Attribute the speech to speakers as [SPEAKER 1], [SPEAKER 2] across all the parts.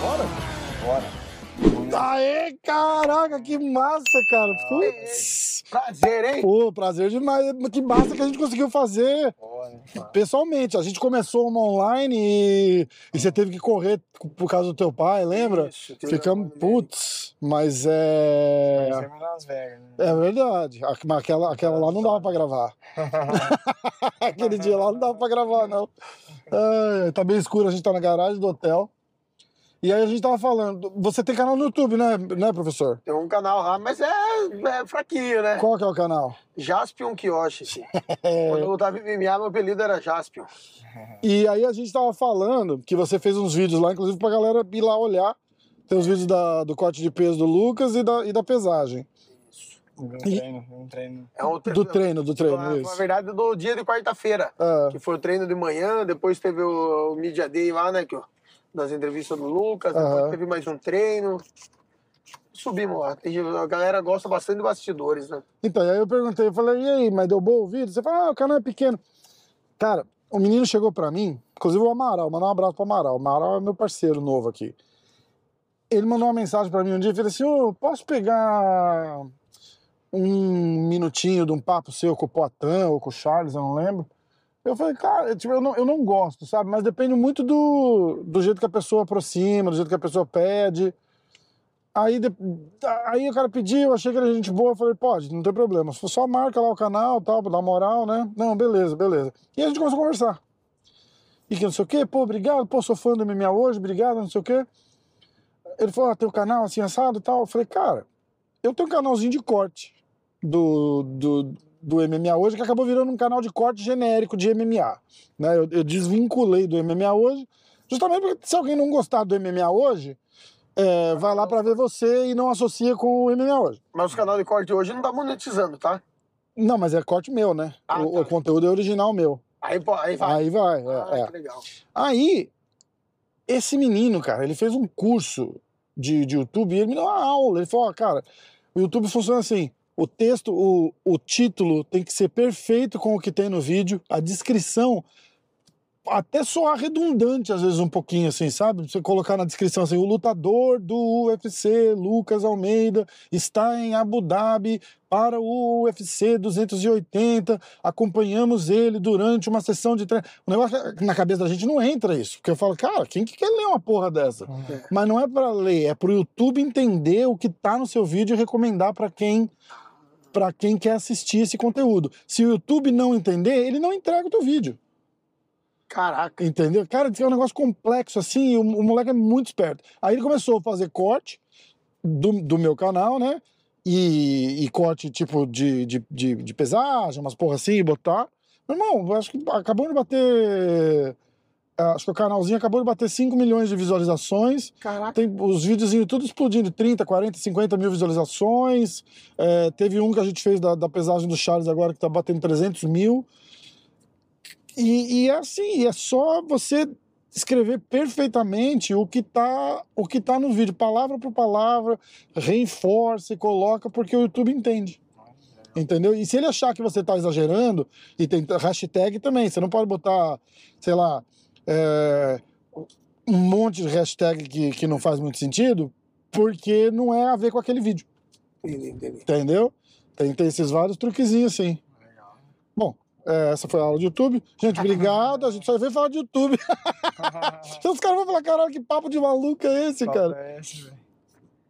[SPEAKER 1] Bora? Bora. Aê, caraca, que massa, cara.
[SPEAKER 2] é,
[SPEAKER 1] Putz.
[SPEAKER 2] Prazer, hein?
[SPEAKER 1] Pô, prazer demais. Que massa que a gente conseguiu fazer pessoalmente. A gente começou uma online e, e você teve que correr por causa do teu pai, lembra?
[SPEAKER 2] Isso, teve
[SPEAKER 1] Ficamos,
[SPEAKER 2] uma-
[SPEAKER 1] putz, mas é...
[SPEAKER 2] Fizemos em Las Vegas, né?
[SPEAKER 1] É verdade. A- mas Aquela, aquela lá não dava pra gravar. Aquele dia lá não dava pra gravar, não. Ai, tá bem escuro, a gente tá na garagem do hotel. E aí a gente tava falando. Você tem canal no YouTube, né, né professor?
[SPEAKER 2] Tem um canal lá, mas é, é fraquinho, né?
[SPEAKER 1] Qual que é o canal?
[SPEAKER 2] Jaspion Kiyoshi.
[SPEAKER 1] É.
[SPEAKER 2] Quando eu lutava em MMA, meu apelido era Jaspion.
[SPEAKER 1] E aí a gente tava falando que você fez uns vídeos lá, inclusive pra galera ir lá olhar. Tem os vídeos da- do corte de peso do Lucas e da, e da pesagem.
[SPEAKER 3] Um
[SPEAKER 1] E-
[SPEAKER 3] treino, um treino.
[SPEAKER 2] É um tre-
[SPEAKER 1] Do treino, do treino,
[SPEAKER 2] Na, na
[SPEAKER 1] isso.
[SPEAKER 2] verdade, do dia de quarta-feira,
[SPEAKER 1] É.
[SPEAKER 2] que foi o treino de manhã, depois teve o, o Media Day lá, né, que, ó, das entrevistas do Lucas,
[SPEAKER 1] Aham.
[SPEAKER 2] depois teve mais um treino. Subimos lá. Tem- A galera gosta bastante de bastidores, né?
[SPEAKER 1] Então, e aí eu perguntei, eu falei, e aí, mas deu bom o vídeo? Você falou, ah, o canal é pequeno. Cara, o menino chegou pra mim, inclusive o Amaral, mandar um abraço pro Amaral. O Amaral é meu parceiro novo aqui. Ele mandou uma mensagem pra mim um dia e falou assim: Ô, posso pegar um minutinho de um papo seu com o Poitin ou com o Charles, eu não lembro. Eu falei, cara, tipo, eu, não, eu não gosto, sabe? Mas depende muito do, do jeito que a pessoa aproxima, do jeito que a pessoa pede. Aí, de- tá, aí o cara pediu, achei que era gente boa, eu falei, pode, não tem problema. Só marca lá o canal, tal, pra dar moral, né? Não, beleza, beleza. E a gente começou a conversar. E que não sei o quê, pô, obrigado, pô, sou fã do MMA hoje, obrigado, não sei o quê. Ele falou, ah, tem o canal assim, assado e tal. Eu falei, cara, eu tenho um canalzinho de corte do, do, do MMA hoje, que acabou virando um canal de corte genérico de MMA. Né? Eu, eu desvinculei do MMA hoje, justamente porque se alguém não gostar do MMA hoje, é, vai lá pra ver você e não associa com o MMA hoje.
[SPEAKER 2] Mas o canal de corte hoje não tá monetizando, tá?
[SPEAKER 1] Não, mas é corte meu, né?
[SPEAKER 2] Ah,
[SPEAKER 1] o,
[SPEAKER 2] tá.
[SPEAKER 1] o conteúdo é original meu.
[SPEAKER 2] Aí, pô, aí vai.
[SPEAKER 1] Aí vai. é,
[SPEAKER 2] Ah,
[SPEAKER 1] é.
[SPEAKER 2] que legal.
[SPEAKER 1] Aí, esse menino, cara, ele fez um curso de, de YouTube e ele me deu uma aula. Ele falou, ó, cara, o YouTube funciona assim. O texto, o, o título tem que ser perfeito com o que tem no vídeo. A descrição até soar redundante, às vezes, um pouquinho, assim, sabe? Você colocar na descrição, assim, o lutador do UFC, Lucas Almeida, está em Abu Dhabi para o UFC 280, acompanhamos ele durante uma sessão de treino. O negócio é que na cabeça da gente não entra isso, porque eu falo, cara, quem que quer ler uma porra dessa? Mas não é pra ler, é pro YouTube entender o que tá no seu vídeo e recomendar pra quem para quem quer assistir esse conteúdo. Se o YouTube não entender, ele não entrega o teu vídio.
[SPEAKER 2] Caraca.
[SPEAKER 1] Entendeu? Cara, diz que é um negócio complexo assim, e o, o moleque é muito esperto. Aí ele começou a fazer corte do, do meu canal, né? E, e corte tipo de, de, de, de pesagem, umas porra assim, botar. Meu irmão, eu acho que acabou de bater. eh, Acho que o canalzinho acabou de bater 5 milhões de visualizações.
[SPEAKER 2] Caraca.
[SPEAKER 1] Tem os videozinhos tudo explodindo, 30, 40, 50 mil visualizações. É, teve um que a gente fez da, da pesagem do Charles agora, que tá batendo 300 mil. E, e é assim, é só você escrever perfeitamente o que tá, o que tá no vídeo, palavra por palavra, reinforce, coloca, porque o YouTube entende. Entendeu? E se ele achar que você tá exagerando, e tem hashtag também, você não pode botar, sei lá, é, um monte de hashtag que, que não faz muito sentido, porque não é a ver com aquele vídeo,
[SPEAKER 2] Entendi, entendi.
[SPEAKER 1] entendeu? Tem, tem esses vários truquezinhos, assim. Bom, é, essa foi a aula de YouTube. Gente, obrigado. A gente só veio falar de YouTube. Então os caras vão falar, caralho, que papo de maluco é esse, cara?
[SPEAKER 3] É esse, velho.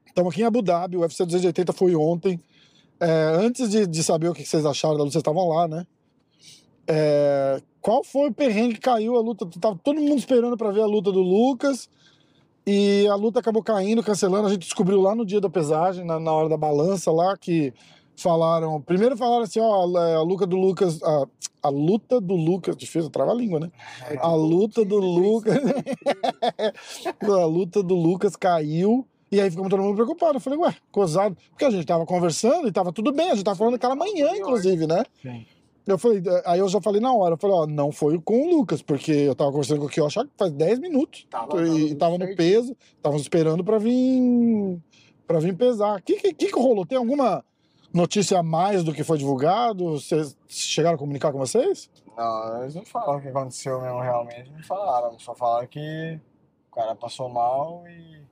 [SPEAKER 1] Estamos aqui em Abu Dhabi, o UFC 280 foi ontem. É, antes de, de saber o que vocês acharam da luta, vocês estavam lá, né? É, qual foi o perrengue que caiu a luta? Tava todo mundo esperando pra ver a luta do Lucas. E a luta acabou caindo, cancelando. A gente descobriu lá no dia da pesagem, na, na hora da balança lá, que falaram. Primeiro falaram assim: ó, a, a luta do Lucas. A, a luta do Lucas. Difícil, trava a língua, né?
[SPEAKER 2] É
[SPEAKER 1] A
[SPEAKER 2] tipo,
[SPEAKER 1] luta do Lucas. né? a luta do Lucas caiu. E aí ficamos todo mundo preocupado. Eu falei, ué, cozado. Porque a gente tava conversando e tava tudo bem. A gente tava falando aquela manhã, inclusive, né?
[SPEAKER 3] Sim.
[SPEAKER 1] Eu falei, eh, aí eu já falei na hora, eu falei, ó, não foi com o Lucas, porque eu tava conversando com o Kiosh faz 10 minutos.
[SPEAKER 2] Tava-
[SPEAKER 1] Tô- e
[SPEAKER 2] tava
[SPEAKER 1] tava no
[SPEAKER 2] certinho.
[SPEAKER 1] peso, tava esperando pra vir para vir pesar. O que, que, que que rolou? Tem alguma notícia a mais do que foi divulgado? Vocês chegaram a comunicar com vocês?
[SPEAKER 3] Não, eles não falaram o que aconteceu mesmo, realmente. Não falaram. Só falaram que o cara passou mal e.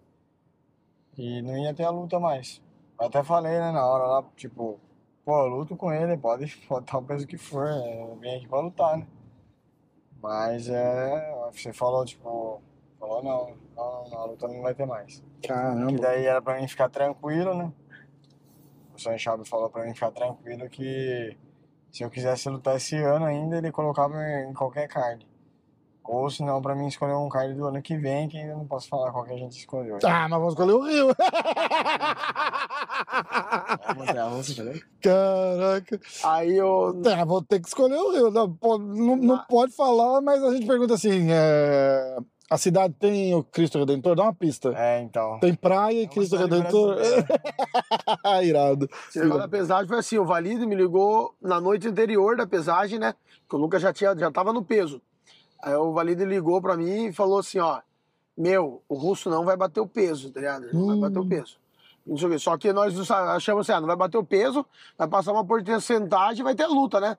[SPEAKER 3] E não ia ter a luta mais. Eu até falei, né, na hora lá, tipo, pô, eu luto com ele, pode botar o peso que for, né? eu vim aqui pra lutar, né? Mas é. Você falou, tipo, falou não, não, não, a luta não vai ter mais. Que
[SPEAKER 1] Caramba.
[SPEAKER 3] daí era pra mim ficar tranquilo, né? O Sam Chave falou pra mim ficar tranquilo que se eu quisesse lutar esse ano ainda, ele colocava em qualquer card. Ou se não, pra mim escolher um card do ano que vem, que ainda não posso falar qual que a gente escolheu.
[SPEAKER 1] Ah, mas vamos escolher o Rio. Caraca.
[SPEAKER 2] Aí eu.
[SPEAKER 1] Tá, vou ter que escolher o Rio. Não, po- não- não pode falar, mas a gente pergunta assim: é, a cidade tem o Cristo Redentor? Dá uma pista.
[SPEAKER 3] É, então.
[SPEAKER 1] Tem praia e
[SPEAKER 3] uma
[SPEAKER 1] Cristo
[SPEAKER 3] cidade
[SPEAKER 1] Redentor? Irado.
[SPEAKER 2] Chegou na pesagem, foi assim, o Valido me ligou na noite anterior da pesagem, né? Que o Lucas já, tinha, já tava no peso. Aí o Valido ligou pra mim e falou assim, ó, meu, o russo não vai bater o peso, tá ligado? Ele não vai bater o peso. Não sei o quê. Só que nós nos achamos assim, ah, não vai bater o peso, vai passar uma porcentagem e vai ter luta, né?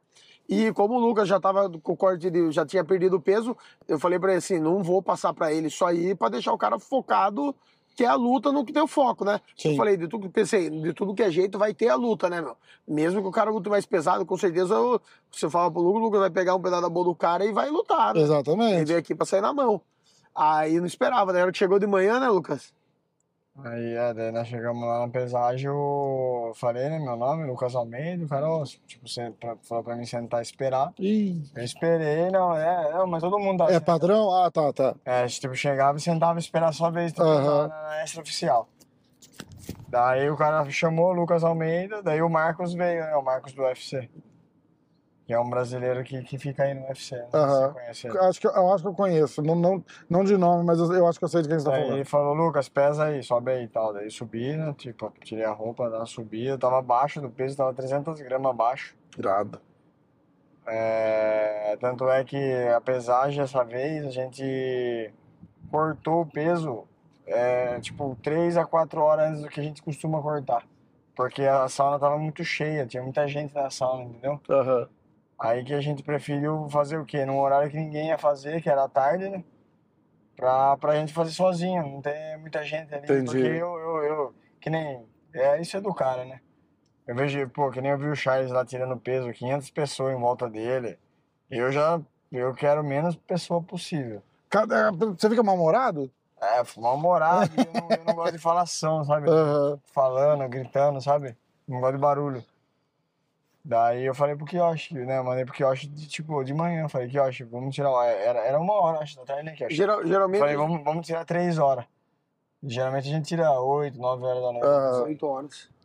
[SPEAKER 2] E como o Lucas já tava com o corte de, já tinha perdido o peso, eu falei pra ele assim, não vou passar pra ele isso aí pra deixar o cara focado, que é a luta no que tem o foco, né?
[SPEAKER 1] Sim.
[SPEAKER 2] Eu falei, de tudo, pensei, de tudo que é jeito vai ter a luta, né, meu? Mesmo que o cara lute mais pesado, com certeza o- você fala pro Lucas, o Lucas vai pegar um pedaço da bola do cara e vai lutar, né? Ele
[SPEAKER 1] Exatamente.
[SPEAKER 2] veio aqui pra sair na mão. Aí não esperava, né? Na hora que chegou de manhã, né, Lucas?
[SPEAKER 3] Aí, é, daí nós chegamos lá na pesagem, eu falei, né, meu nome, Lucas Almeida, o cara, ó, tipo, você, pra, falou pra mim sentar e esperar.
[SPEAKER 1] Ih,
[SPEAKER 3] Eu esperei, não, é, é, mas todo mundo...
[SPEAKER 1] É padrão? Ah, tá, tá.
[SPEAKER 3] É, tipo, chegava e sentava e esperava a sua vez tipo,
[SPEAKER 1] Aham.
[SPEAKER 3] na, na extra-oficial. Daí o cara chamou o Lucas Almeida, daí o Marcos veio, né? O Marcos do UFC. Que é um brasileiro que, que fica aí no UFC, né?
[SPEAKER 1] Aham. Ah,
[SPEAKER 3] Você conhece ele.
[SPEAKER 1] Acho que, eu acho que eu conheço. Não, não, não de nome, mas eu, eu acho que eu sei de quem você tá
[SPEAKER 3] Daí ele
[SPEAKER 1] falando.
[SPEAKER 3] falou, Lucas, pesa aí, sobe aí e tal. Daí subi, né? Tipo, tirei a roupa, dava uma subida, tava abaixo do peso, tava 300 gramas abaixo.
[SPEAKER 1] Irado.
[SPEAKER 3] É, tanto é que a pesagem dessa vez a gente cortou o peso é, tipo 3 a 4 horas antes do que a gente costuma cortar. Porque a sauna tava muito cheia, tinha muita gente na sauna, entendeu?
[SPEAKER 1] Aham.
[SPEAKER 3] Aí que a gente preferiu fazer o quê? Num horário que ninguém ia fazer, que era à tarde, né? Pra, pra gente fazer sozinho, não ter muita gente ali.
[SPEAKER 1] Entendi.
[SPEAKER 3] Porque eu, eu, eu, que nem. É, isso é do cara, né? Eu vejo, pô, que nem eu vi o Charles lá tirando peso, 500 pessoas em volta dele. Eu já. Eu quero menos pessoa possível.
[SPEAKER 1] Cada- é, Você fica mal-humorado?
[SPEAKER 3] É, mal-humorado, eu, não- eu não gosto de falação, sabe?
[SPEAKER 1] Aham.
[SPEAKER 3] falando, gritando, sabe? Não gosto de barulho. Daí eu falei pro Kioshi, né? Mandei pro Kioshi de tipo, de manhã. Falei, Kioshi, vamos tirar. uma- Era, era uma hora, acho, da tarde, né, Kioshi?
[SPEAKER 2] Geral- geralmente,
[SPEAKER 3] Falei, vamos, vamos tirar três horas. Geralmente a gente tira oito, nove horas da noite.
[SPEAKER 1] Aham.
[SPEAKER 2] 8 horas.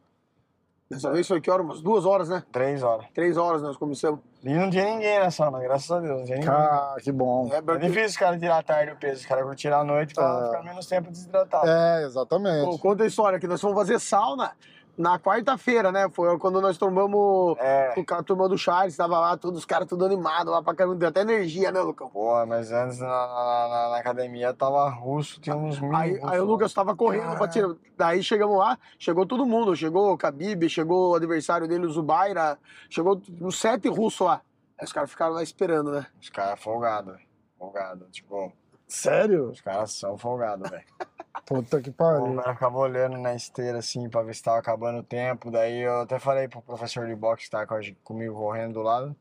[SPEAKER 2] Dessa vez foi que hora? Umas duas horas, né?
[SPEAKER 3] Três horas.
[SPEAKER 2] Três horas nós começamos.
[SPEAKER 3] E não tinha ninguém na sauna, graças a Deus. Não tinha ninguém.
[SPEAKER 1] Ah, que bom.
[SPEAKER 2] É,
[SPEAKER 3] É
[SPEAKER 2] porque-
[SPEAKER 3] difícil os caras tirar à tarde o peso, os caras vão tirar à noite pra
[SPEAKER 1] Ah.
[SPEAKER 3] ficar menos tempo desidratado.
[SPEAKER 1] É,
[SPEAKER 2] Pô,
[SPEAKER 1] exatamente.
[SPEAKER 2] conta a história que nós fomos fazer sauna na quarta-feira, né? Foi quando nós tomamos
[SPEAKER 3] É.
[SPEAKER 2] com a turma do Charles, tava lá, todos os caras tudo animados lá pra caramba, deu até energia, né, Lucão?
[SPEAKER 3] Porra, mas antes na, na- na- na academia tava russo, tinha uns mil.
[SPEAKER 2] Aí,
[SPEAKER 3] russos
[SPEAKER 2] aí o
[SPEAKER 3] lá.
[SPEAKER 2] Lucas tava correndo pra tirar. Daí chegamos lá, chegou todo mundo. Chegou o Khabib, chegou o adversário dele, o Zubaira. Chegou uns sete russos lá. Aí os caras ficaram lá esperando, né?
[SPEAKER 3] Os caras folgados, velho. folgado. Tipo,
[SPEAKER 1] Sério?
[SPEAKER 3] os caras são folgados, velho.
[SPEAKER 1] Puta que
[SPEAKER 3] O
[SPEAKER 1] pariu.
[SPEAKER 3] cara ficava olhando na esteira, assim, pra ver se tava acabando o tempo. Daí eu até falei pro professor de boxe que tava com a gen- comigo correndo do lado.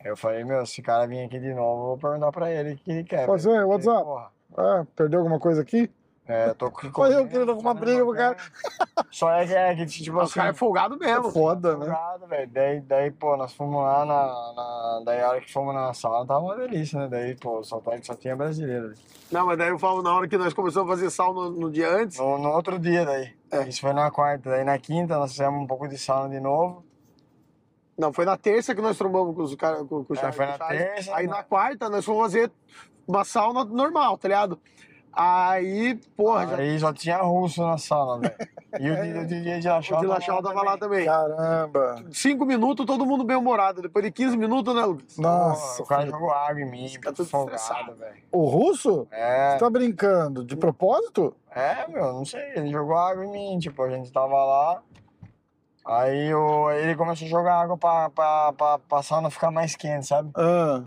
[SPEAKER 3] Aí eu falei, meu, se o cara vir aqui de novo, eu vou perguntar pra ele o que ele quer.
[SPEAKER 1] Pode
[SPEAKER 3] velho.
[SPEAKER 1] ser, um what's
[SPEAKER 3] Ele,
[SPEAKER 1] up?
[SPEAKER 3] porra,
[SPEAKER 1] Ah, perdeu alguma coisa aqui?
[SPEAKER 3] É, tô com
[SPEAKER 1] Olha eu querendo arrumar briga pro cara. Ah,
[SPEAKER 3] Só é que, é que tipo
[SPEAKER 2] O
[SPEAKER 3] assim.
[SPEAKER 2] cara é folgado mesmo.
[SPEAKER 1] Foda, né?
[SPEAKER 3] folgado, velho. Daí, daí, pô, nós fomos lá na, na- Daí a hora que fomos na sala tava uma delícia, né? Daí, pô, só, tá- só tinha brasileiro. velho.
[SPEAKER 2] Não, mas daí eu falo na hora que nós começamos a fazer sal no, no dia antes.
[SPEAKER 3] No, no outro dia, daí.
[SPEAKER 2] É.
[SPEAKER 3] Isso foi na quarta. Daí na quinta nós fizemos um pouco de sauna de novo.
[SPEAKER 2] Não, foi na terça que nós trombamos com, os cara, com, com o
[SPEAKER 3] É,
[SPEAKER 2] Charles.
[SPEAKER 3] foi na
[SPEAKER 2] com o Charles.
[SPEAKER 3] terça,
[SPEAKER 2] Aí
[SPEAKER 3] né?
[SPEAKER 2] na quarta nós fomos fazer uma sauna normal, tá ligado? Aí, porra, já
[SPEAKER 3] Aí só tinha russo na sala, velho. E o, de- o DJ de Lachal
[SPEAKER 2] o Dilachal tava lá também.
[SPEAKER 1] Caramba.
[SPEAKER 2] Cinco minutos, todo mundo bem-humorado. Depois de 15 minutos, né, Lucas?
[SPEAKER 3] Nossa,
[SPEAKER 1] Nossa,
[SPEAKER 3] o cara jogou água em mim, tipo,
[SPEAKER 2] cara tá tudo
[SPEAKER 3] folgado,
[SPEAKER 2] estressado.
[SPEAKER 3] velho.
[SPEAKER 1] o russo?
[SPEAKER 3] É,
[SPEAKER 1] Você tá brincando? De propósito?
[SPEAKER 3] É, meu, não sei, ele jogou água em mim, tipo, a gente tava lá, aí o, ele começou a jogar água pra, pra, pra, pra sauna ficar mais quente, sabe?
[SPEAKER 1] Ah.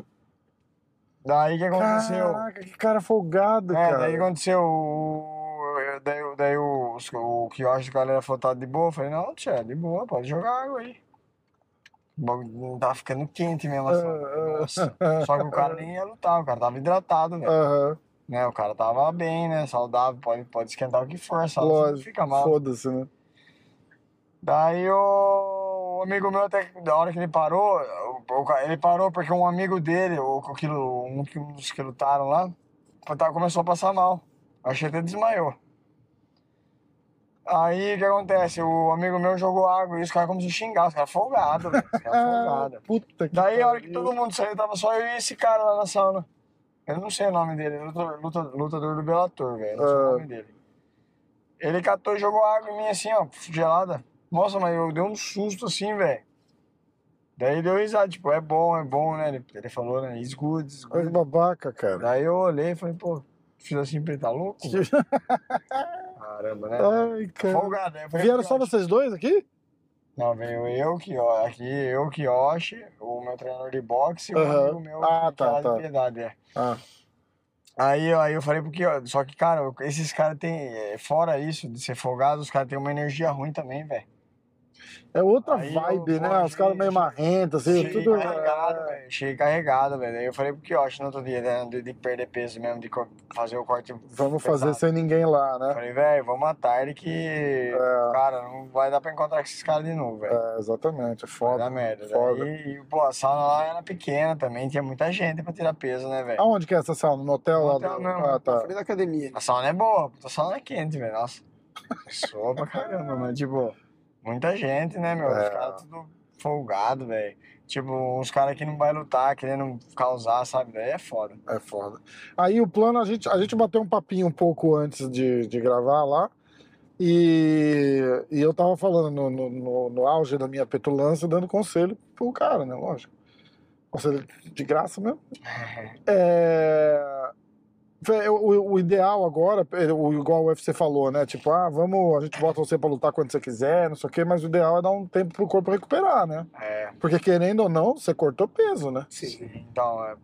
[SPEAKER 3] Daí o que aconteceu?
[SPEAKER 1] Caraca, que cara folgado,
[SPEAKER 3] é,
[SPEAKER 1] cara.
[SPEAKER 3] daí o que aconteceu? O, eu- daí o- daí o, os- o quiosque do galera falou, tá de boa? Eu falei, não, tia, de boa, pode jogar água aí. O bagulho não tava ficando quente mesmo a sauna.
[SPEAKER 1] Ah, ah.
[SPEAKER 3] Nossa. Só que o cara nem ia lutar, o cara tava hidratado, velho.
[SPEAKER 1] Aham,
[SPEAKER 3] Né, o cara tava bem, né? Saudável, pode, pode esquentar o que for, só não
[SPEAKER 1] lógico.
[SPEAKER 3] fica mal.
[SPEAKER 1] Foda-se, né?
[SPEAKER 3] Daí o o amigo meu, até que da hora que ele parou, o- o ca- ele parou porque um amigo dele, o, o que, lu- um que- um dos que lutaram lá, pô, tá- começou a passar mal. Achei que ele desmaiou. Aí o que acontece? O amigo meu jogou água e os caras começaram a xingar, os caras folgados, velho. Os caras folgados.
[SPEAKER 1] Ah, puta que
[SPEAKER 3] É Daí a hora que
[SPEAKER 1] pariu.
[SPEAKER 3] todo mundo saiu, tava só eu e esse cara lá na sauna. Eu não sei o nome dele, lutador, luta, lutador do Bellator, velho. Não sei
[SPEAKER 1] Ah.
[SPEAKER 3] o nome dele. Ele catou e jogou água em mim assim, ó, gelada. Nossa, mas eu dei um susto assim, velho. Daí deu risada, tipo, é bom, é bom, né? Ele, ele falou, né? It's good, it's
[SPEAKER 1] Olha que
[SPEAKER 3] good.
[SPEAKER 1] babaca, cara.
[SPEAKER 3] Daí eu olhei e falei, pô, fiz assim pra ele, tá louco? velho? Caramba, né?
[SPEAKER 1] Ai, É, cara.
[SPEAKER 3] Folgado, né? Eu falei,
[SPEAKER 1] Vieram só
[SPEAKER 3] "Cara,
[SPEAKER 1] vocês dois aqui?
[SPEAKER 3] Não, veio eu, Kio- aqui, eu, Kiyoshi, o meu treinador de boxe e o
[SPEAKER 1] Aham.
[SPEAKER 3] amigo meu
[SPEAKER 1] Ah,
[SPEAKER 3] que
[SPEAKER 1] tá,
[SPEAKER 3] é lá de
[SPEAKER 1] tá.
[SPEAKER 3] piedade, é.
[SPEAKER 1] Ah,
[SPEAKER 3] Aí, aí eu falei pro Kiyoshi, só que, cara, esses caras têm, eh, fora isso de ser folgado, os caras têm uma energia ruim também, velho.
[SPEAKER 1] é outra
[SPEAKER 3] Aí eu-
[SPEAKER 1] vibe, né?
[SPEAKER 3] pô,
[SPEAKER 1] Os caras meio
[SPEAKER 3] cheguei-
[SPEAKER 1] marrentos, assim,
[SPEAKER 3] Cheguei
[SPEAKER 1] tudo. é,
[SPEAKER 3] carregado, velho. Cheguei carregado, velho. Aí eu falei pro Kiyoshi no outro dia, né, de, de perder peso mesmo, de co- fazer o corte
[SPEAKER 1] Vamos fazer
[SPEAKER 3] pesado.
[SPEAKER 1] sem ninguém lá, né?
[SPEAKER 3] Falei, velho, vamos à tarde que, cara, não vai dar pra encontrar com esses caras de novo, velho.
[SPEAKER 1] É, exatamente, é
[SPEAKER 3] Vai
[SPEAKER 1] foda.
[SPEAKER 3] dar merda.
[SPEAKER 1] foda.
[SPEAKER 3] Daí, e, pô, a sauna lá era pequena também, tinha muita gente pra tirar peso, né, velho?
[SPEAKER 1] Aonde que é essa sauna? No hotel lá?
[SPEAKER 3] Hotel
[SPEAKER 1] do-
[SPEAKER 3] mesmo.
[SPEAKER 1] Ah, tá.
[SPEAKER 2] Falei da academia.
[SPEAKER 3] A sauna é boa, puta, a sauna é quente, velho. Nossa, soa pra caramba, mas, tipo, muita gente, né, meu? Os
[SPEAKER 1] É.
[SPEAKER 3] caras tudo folgado, velho. Tipo, uns caras que não vai lutar, querendo causar, sabe? Daí é foda.
[SPEAKER 1] É foda. Aí o plano, a gente, a gente bateu um papinho um pouco antes de, de gravar lá. E, e eu tava falando no, no, no- no auge da minha petulância, dando conselho pro cara, né? Lógico. Conselho de graça mesmo. É, fe- O, o ideal agora, é o- igual o UFC falou, né? Tipo, ah, vamos, a gente bota você pra lutar quando você quiser, não sei o quê, mas o ideal é dar um tempo pro corpo recuperar, né?
[SPEAKER 3] É,
[SPEAKER 1] Porque querendo ou não, você cortou peso, né?
[SPEAKER 2] Sim.
[SPEAKER 3] então, é,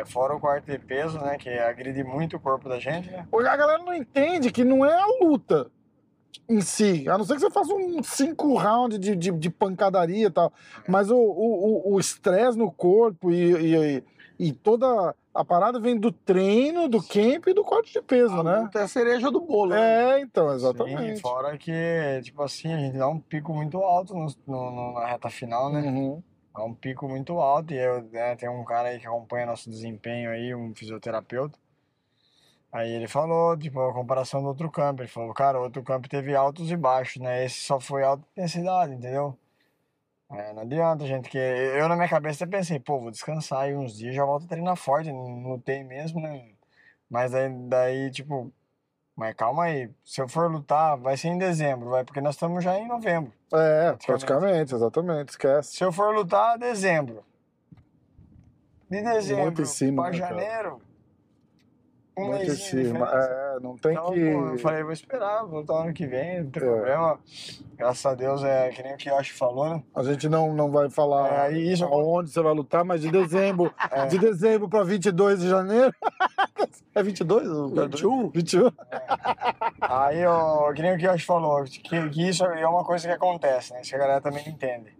[SPEAKER 3] é, fora o quarto de peso, né, que agride muito o corpo da gente, né?
[SPEAKER 1] Porque a galera não entende que não é a luta em si. A não ser que você faça um cinco round de, de, de pancadaria e tal. Mas o- o o- o estresse no corpo e, e, e toda a parada vem do treino, do camp e do corte de peso,
[SPEAKER 2] A
[SPEAKER 1] né?
[SPEAKER 2] luta é a cereja do bolo. né?
[SPEAKER 1] É, então,
[SPEAKER 3] Sim,
[SPEAKER 1] exatamente.
[SPEAKER 3] fora que, tipo assim, a gente dá um pico muito alto no, no- no- na reta final, né?
[SPEAKER 1] Uhum.
[SPEAKER 3] É um pico muito alto e eu, né, tem um cara aí que acompanha nosso desempenho aí, um fisioterapeuta. Aí ele falou, tipo, a comparação do outro campo. Ele falou, cara, o outro campo teve altos e baixos, né? Esse só foi alta intensidade, entendeu? É, não adianta, gente, que eu na minha cabeça até pensei, pô, vou descansar aí uns dias, já volto a treinar forte, não lutei mesmo, né? Mas daí, daí, tipo, mas calma aí, se eu for lutar, vai ser em dezembro, vai, porque nós estamos já em novembro.
[SPEAKER 1] É, praticamente, exatamente, esquece.
[SPEAKER 3] Se eu for lutar, dezembro. De
[SPEAKER 1] Muito
[SPEAKER 3] dezembro
[SPEAKER 1] em cima,
[SPEAKER 3] pra
[SPEAKER 1] né, cara?
[SPEAKER 3] janeiro, um
[SPEAKER 1] Muito em
[SPEAKER 3] mês
[SPEAKER 1] cima. É, não tem
[SPEAKER 3] Então, pô, eu
[SPEAKER 1] que.
[SPEAKER 3] falei, vou esperar, vou lutar ano que vem, não tem
[SPEAKER 1] É.
[SPEAKER 3] problema. Graças a Deus, é que nem o que eu acho falou, né?
[SPEAKER 1] A gente não, não vai falar
[SPEAKER 3] É, e isso-
[SPEAKER 1] aonde você vai lutar, mas de dezembro,
[SPEAKER 2] É.
[SPEAKER 1] de dezembro para 22 de janeiro. um? É 22? ou
[SPEAKER 2] 21?
[SPEAKER 1] 21?
[SPEAKER 3] Aí, ó, que nem o que eu falou, que, que isso é uma coisa que acontece, né? Isso que a galera também não entende.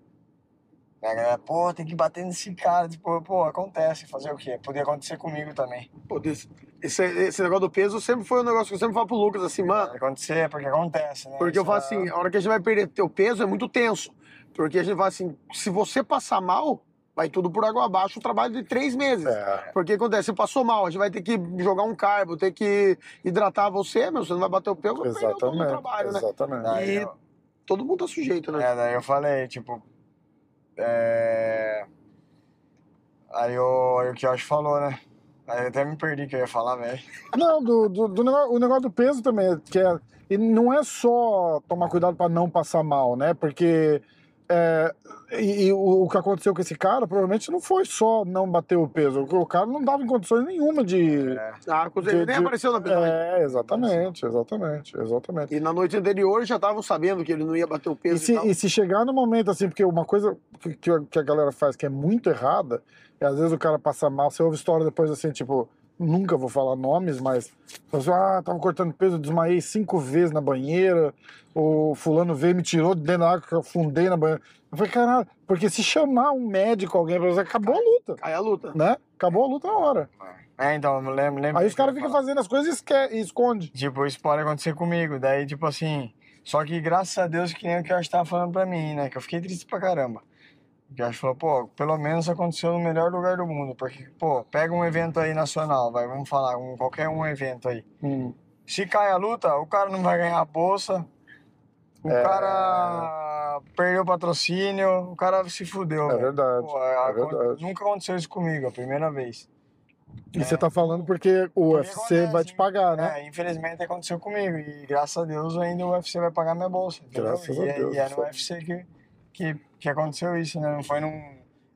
[SPEAKER 3] Né, A galera, pô, tem que bater nesse cara. Tipo, pô, acontece. Fazer o quê? Podia acontecer comigo também.
[SPEAKER 2] Pô, desse- Esse, esse negócio do peso sempre foi um negócio que eu sempre falo pro Lucas, assim, mano,
[SPEAKER 3] Acontecer, porque acontece, né?
[SPEAKER 2] Porque eu
[SPEAKER 3] Isso
[SPEAKER 2] falo
[SPEAKER 3] é-
[SPEAKER 2] assim, a hora que a gente vai perder teu peso é muito tenso. Porque a gente fala assim, se você passar mal, vai tudo por água abaixo o trabalho de três meses.
[SPEAKER 1] É.
[SPEAKER 2] Porque acontece, você passou mal, a gente vai ter que jogar um carbo, ter que hidratar você, meu, você não vai bater o peso, vai perder todo o
[SPEAKER 1] Exatamente.
[SPEAKER 2] trabalho, né?
[SPEAKER 1] exatamente.
[SPEAKER 3] Daí
[SPEAKER 2] E-
[SPEAKER 3] eu-
[SPEAKER 2] Todo mundo tá sujeito, né?
[SPEAKER 3] É, daí eu falei, tipo. É... Aí, o, aí o que eu acho falou, né? Aí eu até me perdi que eu ia falar, velho.
[SPEAKER 1] Não, do, do, do negócio, o negócio do peso também, que é, e não é só tomar cuidado para não passar mal, né? Porque é, e, e o, o que aconteceu com esse cara provavelmente não foi só não bater o peso, o, o cara não dava em condições nenhuma de.
[SPEAKER 3] É.
[SPEAKER 2] Ah, quando ele
[SPEAKER 1] de-
[SPEAKER 2] nem
[SPEAKER 1] de-
[SPEAKER 2] apareceu na piscina.
[SPEAKER 1] É, exatamente, exatamente, exatamente.
[SPEAKER 2] E na noite anterior já estavam sabendo que ele não ia bater o peso.
[SPEAKER 1] E
[SPEAKER 2] E um
[SPEAKER 1] se,
[SPEAKER 2] tal.
[SPEAKER 1] e se chegar no momento assim, porque uma coisa que, que a- que a galera faz que é muito errada, é às vezes o cara passa mal, você ouve história depois assim, tipo, nunca vou falar nomes, mas fala assim, ah, tava cortando peso, desmaiei cinco vezes na banheira, o fulano veio, me tirou de dentro da água, que eu afundei na banheira. Eu falei, caralho, porque se chamar um médico, alguém, pra você, acabou a luta,
[SPEAKER 2] Cai a luta.
[SPEAKER 1] né? Acabou a luta na hora.
[SPEAKER 3] É, então, eu lembro, lembro.
[SPEAKER 1] Aí os caras ficam fazendo as coisas e esque- e esconde.
[SPEAKER 3] Tipo, isso pode acontecer comigo. Daí, tipo assim. Só que graças a Deus que nem o que eu estava falando pra mim, né? Que eu fiquei triste pra caramba. Que eu acho falou, pô, pelo menos aconteceu no melhor lugar do mundo. Porque, pô, pega um evento aí nacional, vai, vamos falar, um, qualquer um evento aí. Se cai a luta, o cara não vai ganhar a bolsa, o
[SPEAKER 1] É.
[SPEAKER 3] cara perdeu o patrocínio, o cara se fudeu.
[SPEAKER 1] É
[SPEAKER 3] velho.
[SPEAKER 1] verdade.
[SPEAKER 3] Pô,
[SPEAKER 1] é
[SPEAKER 3] acon-
[SPEAKER 1] verdade.
[SPEAKER 3] Nunca aconteceu isso comigo, a primeira vez.
[SPEAKER 1] E você tá falando porque o
[SPEAKER 3] Porque
[SPEAKER 1] UFC vai
[SPEAKER 3] É. acontece,
[SPEAKER 1] te pagar, né?
[SPEAKER 3] É, infelizmente aconteceu comigo e graças a Deus ainda o UFC vai pagar minha bolsa. entendeu?
[SPEAKER 1] Graças
[SPEAKER 3] e,
[SPEAKER 1] a
[SPEAKER 3] é-
[SPEAKER 1] Deus,
[SPEAKER 3] E é
[SPEAKER 1] isso
[SPEAKER 3] no
[SPEAKER 1] aí.
[SPEAKER 3] UFC que, que, que aconteceu isso, né? Não foi num.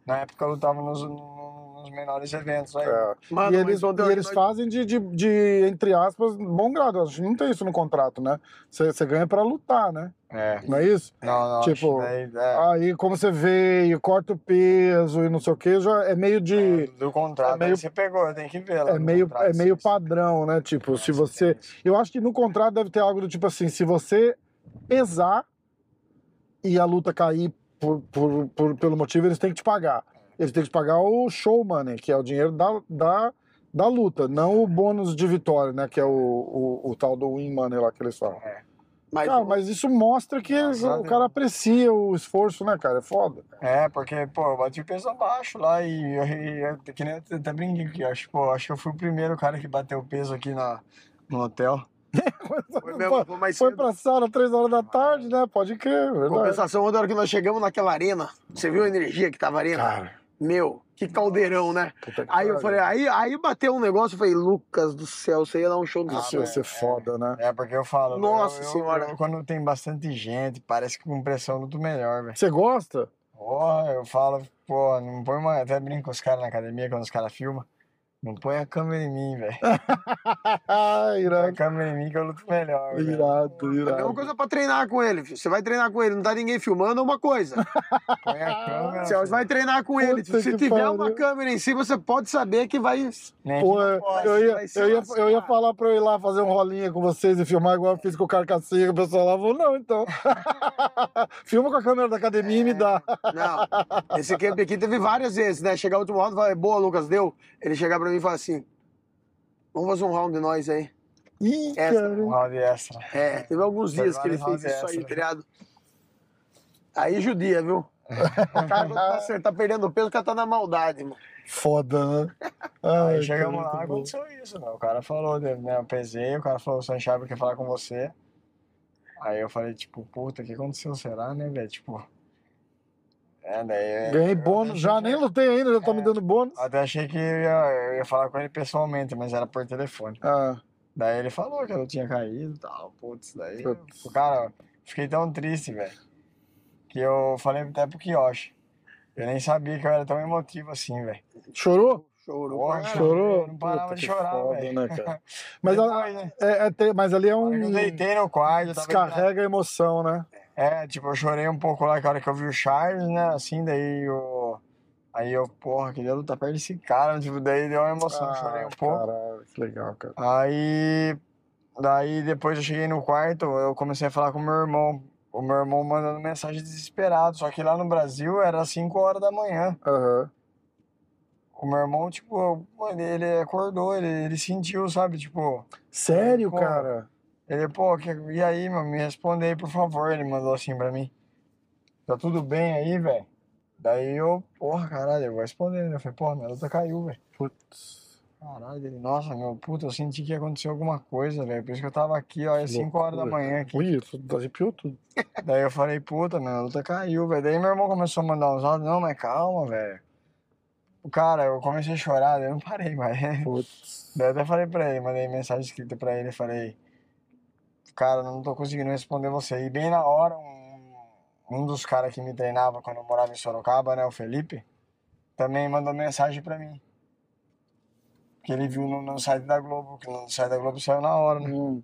[SPEAKER 3] Na época eu lutava nos, num- nos menores eventos aí.
[SPEAKER 1] É.
[SPEAKER 2] Mano,
[SPEAKER 1] e
[SPEAKER 2] Ah, mas então,
[SPEAKER 1] eles,
[SPEAKER 2] ontem
[SPEAKER 1] e
[SPEAKER 2] eu-
[SPEAKER 1] eles fazem de, de, de, entre aspas, bom grado. A gente não tem isso no contrato, né? Você ganha pra lutar, né?
[SPEAKER 3] É.
[SPEAKER 1] Não é isso?
[SPEAKER 3] Não, não,
[SPEAKER 1] Tipo,
[SPEAKER 3] acho que daí, é,
[SPEAKER 1] Aí, como você veio, corta o peso e não sei o que, já é meio
[SPEAKER 3] é,
[SPEAKER 1] de.
[SPEAKER 3] do contrato,
[SPEAKER 1] é meio-
[SPEAKER 3] aí você pegou, tem que ver lá.
[SPEAKER 1] É
[SPEAKER 3] no
[SPEAKER 1] meio,
[SPEAKER 3] contrato
[SPEAKER 1] é
[SPEAKER 3] se
[SPEAKER 1] meio
[SPEAKER 3] isso-
[SPEAKER 1] padrão, né? Tipo, se
[SPEAKER 3] se
[SPEAKER 1] você.
[SPEAKER 3] tem isso.
[SPEAKER 1] Eu acho que no contrato deve ter algo do tipo assim: se você pesar e a luta cair por, por, por- pelo motivo, eles têm que te pagar. Eles têm que te pagar o show money, que é o dinheiro da, da, da luta, não o bônus de vitória, né? Que é o, o, o tal do win money lá que eles falam.
[SPEAKER 2] Mas,
[SPEAKER 1] Cara, mas isso mostra que
[SPEAKER 3] Graças a
[SPEAKER 1] o
[SPEAKER 3] Deus.
[SPEAKER 1] cara aprecia o esforço, né, cara? É foda.
[SPEAKER 3] É, porque, pô, eu bati o peso abaixo lá e eu, e eu- que nem eu até brinquei aqui, eu acho, pô, acho que eu fui o primeiro cara que bateu o peso aqui na, no hotel.
[SPEAKER 2] Foi mesmo, foi mais
[SPEAKER 1] Foi
[SPEAKER 2] cedo.
[SPEAKER 1] pra sala três horas da tarde, né? Pode crer, é verdade.
[SPEAKER 2] Compensação, ontem, na hora que nós chegamos naquela arena, você viu a energia que tava a arena?
[SPEAKER 1] Cara,
[SPEAKER 2] Meu, que caldeirão, né?
[SPEAKER 1] puta que
[SPEAKER 2] Aí eu
[SPEAKER 1] pariu.
[SPEAKER 2] falei, aí, aí bateu um negócio, eu falei, Lucas do céu, você ia dar um show do
[SPEAKER 1] Isso
[SPEAKER 2] céu.
[SPEAKER 1] ia ser foda, né?
[SPEAKER 3] É, porque eu falo, eu-
[SPEAKER 2] Nossa
[SPEAKER 3] eu-
[SPEAKER 2] Senhora.
[SPEAKER 3] eu- quando tem bastante gente, parece que com pressão eu luto melhor, velho.
[SPEAKER 1] Você gosta?
[SPEAKER 3] Porra, eu falo, pô, não põe uma, até brinco com os caras na academia quando os caras filmam, não põe a câmera em mim, velho. Põe a
[SPEAKER 1] irado,
[SPEAKER 3] câmera em mim que eu luto melhor, velho.
[SPEAKER 1] irado,
[SPEAKER 2] É a mesma
[SPEAKER 1] irado.
[SPEAKER 2] coisa pra treinar com ele, filho. Você vai treinar com ele, não tá ninguém filmando, é uma coisa.
[SPEAKER 3] Põe a câmera,
[SPEAKER 2] Você vai treinar com ele.
[SPEAKER 1] Puta
[SPEAKER 2] Se
[SPEAKER 1] que
[SPEAKER 2] tiver
[SPEAKER 1] pariu.
[SPEAKER 2] uma câmera em cima, você pode saber que vai.
[SPEAKER 3] nem
[SPEAKER 1] Pô, é,
[SPEAKER 3] que-
[SPEAKER 1] eu ia,
[SPEAKER 2] vai se
[SPEAKER 1] eu, ia,
[SPEAKER 2] lascar.
[SPEAKER 1] eu ia falar pra eu ir lá fazer um rolinha com vocês e filmar igual eu fiz com o Carcassinha, o pessoal lá falou, não, então. Filma com a câmera da academia e
[SPEAKER 3] É.
[SPEAKER 1] me dá.
[SPEAKER 2] Não. Esse camp aqui teve várias vezes, né? Chegar o último round e falar, boa, Lucas, deu. Ele chegar pra mim e falar assim: vamos fazer um round de nós aí.
[SPEAKER 1] Ih,
[SPEAKER 2] Essa-
[SPEAKER 1] cara.
[SPEAKER 3] um round extra.
[SPEAKER 2] É, teve alguns
[SPEAKER 3] Foi
[SPEAKER 2] dias que ele fez
[SPEAKER 3] vários rounds
[SPEAKER 2] isso aí,
[SPEAKER 3] extra.
[SPEAKER 2] tá ligado? Aí judia, viu? O cara quando tá, cer- tá perdendo peso, o cara tá na maldade, mano.
[SPEAKER 1] Foda, né?
[SPEAKER 3] Aí
[SPEAKER 1] Ai,
[SPEAKER 3] chegamos
[SPEAKER 1] cara,
[SPEAKER 3] lá,
[SPEAKER 1] muito bom.
[SPEAKER 3] aconteceu isso, meu. O cara falou, né? Eu pesei, o cara falou, Sanchaba quer falar com você. Aí eu falei, tipo, puta, o que aconteceu? Será, né, velho? Tipo. É, daí. eu-
[SPEAKER 1] Ganhei
[SPEAKER 3] eu
[SPEAKER 1] bônus
[SPEAKER 3] achei
[SPEAKER 1] já,
[SPEAKER 3] que-
[SPEAKER 1] nem lutei ainda, já tá
[SPEAKER 3] É.
[SPEAKER 1] me dando bônus.
[SPEAKER 3] Até achei que eu ia, eu ia falar com ele pessoalmente, mas era por telefone.
[SPEAKER 1] Ah,
[SPEAKER 3] Daí ele falou que eu tinha caído e tal. Putz, daí. eu-
[SPEAKER 1] Putz.
[SPEAKER 3] Cara, eu fiquei tão triste, velho. Que eu falei até pro Kioshi. Eu nem sabia que eu era tão emotivo assim, velho.
[SPEAKER 1] chorou?
[SPEAKER 2] Chorou. pra
[SPEAKER 3] Porra,
[SPEAKER 2] caralho.
[SPEAKER 1] Chorou?
[SPEAKER 3] eu não parava
[SPEAKER 1] Puta,
[SPEAKER 3] de
[SPEAKER 1] que
[SPEAKER 3] chorar,
[SPEAKER 1] foda,
[SPEAKER 3] velho.
[SPEAKER 1] né, cara? Mas, a-
[SPEAKER 3] Depois, né?
[SPEAKER 1] é, é ter- mas ali é um.
[SPEAKER 3] Olha que Eu deitei no quarto, eu tava
[SPEAKER 1] Descarrega a emoção, né?
[SPEAKER 3] É, tipo, eu chorei um pouco lá que a hora que eu vi o Charles, né? Assim, daí eu. Aí eu, porra, queria lutar perto desse cara, tipo, daí deu uma emoção, eu chorei um
[SPEAKER 1] Ah,
[SPEAKER 3] pouco.
[SPEAKER 1] Caralho, que legal, cara.
[SPEAKER 3] Aí. Daí depois eu cheguei no quarto, eu comecei a falar com o meu irmão. O meu irmão mandando mensagem desesperado, só que lá no Brasil era 5 horas da manhã.
[SPEAKER 1] Aham.
[SPEAKER 3] O meu irmão, tipo, mano, ele acordou, ele, ele sentiu, sabe? Tipo,
[SPEAKER 1] Sério,
[SPEAKER 3] Pô.
[SPEAKER 1] cara?
[SPEAKER 3] ele, pô, que- e aí, meu, me responde aí, por favor. Ele mandou assim pra mim. Tá tudo bem aí, velho? Daí eu, porra, caralho, eu vou responder, né? Eu falei, porra, minha luta caiu, velho.
[SPEAKER 1] Putz.
[SPEAKER 3] Caralho, ele, nossa, meu, puta, eu senti que aconteceu alguma coisa, velho. Por isso que eu tava aqui, ó, às 5 horas da
[SPEAKER 1] loucura,
[SPEAKER 3] manhã aqui.
[SPEAKER 1] Ui, tu arrepiou tudo.
[SPEAKER 3] Daí eu falei, puta, minha luta caiu, velho. Daí meu irmão começou a mandar uns áudios, não, mas calma, velho. O Cara, eu comecei a chorar, daí eu não parei mais.
[SPEAKER 1] Putz.
[SPEAKER 3] Daí eu até falei pra ele, mandei mensagem escrita pra ele, falei, cara, não tô conseguindo responder você. E bem na hora, um, um dos caras que me treinava quando eu morava em Sorocaba, né, o Felipe, também mandou mensagem pra mim. Que ele viu no, no site da Globo, que no site da Globo saiu na hora, né?
[SPEAKER 1] Hum.